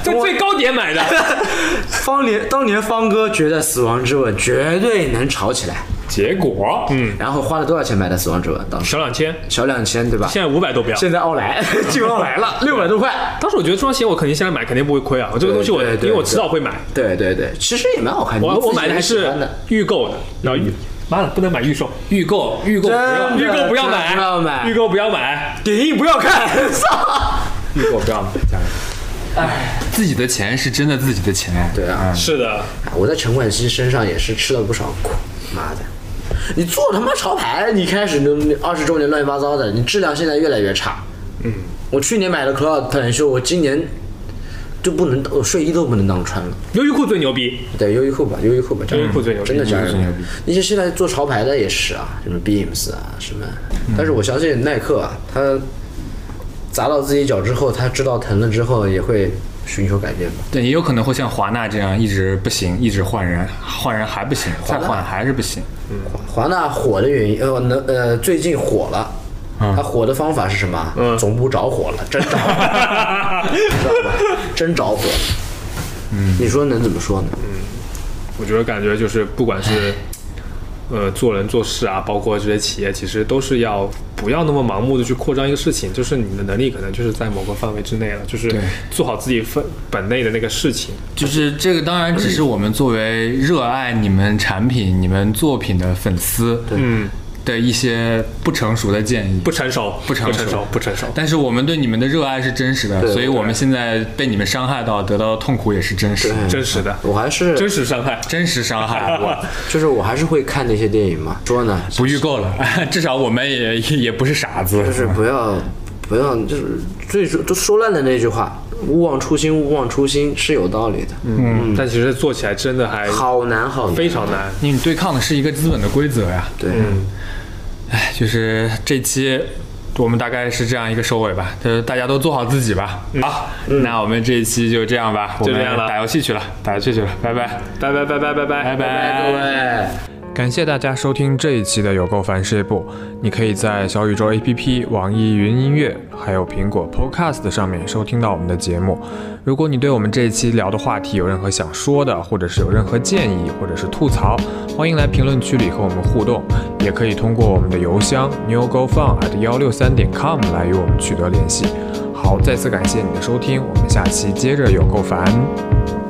D: 在最高点买的，
A: 方年当年方哥觉得死亡之吻绝对能炒起来，
B: 结果嗯，
A: 然后花了多少钱买的死亡之吻？当时
D: 小两千，
A: 小两千对吧？
D: 现在五百都不要。
A: 现在奥莱 进奥莱了，六百多块。
D: 当时我觉得这双鞋我肯定现在买肯定不会亏啊，我这个东西我
A: 对对
D: 因
A: 对
D: 为我迟早会买，
A: 对对对，其实也蛮好看。
D: 我
A: 你自己
D: 我买的还
A: 喜
D: 是
A: 欢的嗯
D: 预购的，然后预妈的不能买预售，
B: 预购预购不要
A: 真
D: 预
A: 的
D: 购不要
A: 真的
D: 买，
A: 不要买
D: 预购不要买，
A: 点映不要看， 操！
B: 预购不要买，家人。哎，自己的钱是真的自己的钱。
A: 对啊
B: 嗯
D: 是的，
A: 我在陈冠希身上也是吃了不少苦，妈的！你做他妈潮牌，你开始你二十周年乱七八糟的，你质量现在越来越差。嗯，我去年买了 Cloud 短袖，我今年就不能，我睡衣都不能当穿了。
D: 优衣库最牛 逼，
A: 对，优衣库吧，优衣库吧，
D: 优衣库最牛逼
A: 真的家
B: 优衣库最
A: 人
B: 牛逼。
A: 那些现在做潮牌的也是啊，什么 Beams 啊，什么。但是我相信耐克啊，他砸到自己脚之后，他知道疼了之后，也会寻求改变吧。
B: 对，也有可能会像华纳这样一直不行，一直换人，换人还不行，再换还是不行。
A: 华纳火的原因，呃，能呃，最近火了。他火的方法是什么？啊总部着火了，真着火了，知道吧？真着火了。嗯，你说能怎么说呢？
D: 我觉得感觉就是不管是。呃，做人做事啊，包括这些企业，其实都是要不要那么盲目的去扩张一个事情，就是你的能力可能就是在某个范围之内了，就是
B: 对
D: 做好自己分本内的那个事情。
B: 就是这个，当然只是我们作为热爱你们产品、你们作品的粉丝，
D: 嗯，
B: 的一些不成熟的建议。
D: 不成熟，
B: 不成熟嗯
D: 成熟，不成熟。
B: 但是我们对你们的热爱是真实的，所以我们现在被你们伤害到得到的痛苦也是真实的，
D: 真实的，
A: 我还是
D: 真实伤害。
B: 真实伤 害。我
A: 就是我还是会看那些电影嘛。说呢，
B: 不预购了， 至少我们也也不是傻子。
A: 就是不要不要，就是最说都说烂的那句话，勿忘初心，勿忘初心是有道理的。嗯，
D: 嗯，但其实做起来真的还
A: 好难好难。
D: 非常难。
B: 你对抗的是一个资本的规则呀。
A: 对，
B: 哎，就是这期我们大概是这样一个收尾吧，就是大家都做好自己吧。好，那我们这一期就这样吧，我
D: 嗯这样
B: 们
D: 了
B: 打游戏去了，打游戏去了，拜拜，
D: 拜拜拜拜拜拜
B: 拜拜
A: 各位。
E: 感谢大家收听这一期的有够烦事业部。你可以在小宇宙 APP、网易云音乐，还有苹果 Podcast 上面收听到我们的节目。如果你对我们这一期聊的话题有任何想说的，或者是有任何建议，或者是吐槽，欢迎来评论区里和我们互动，也可以通过我们的邮箱 newgofun at 幺六三点 com 来与我们取得联系。好，再次感谢你的收听，我们下期接着有够烦。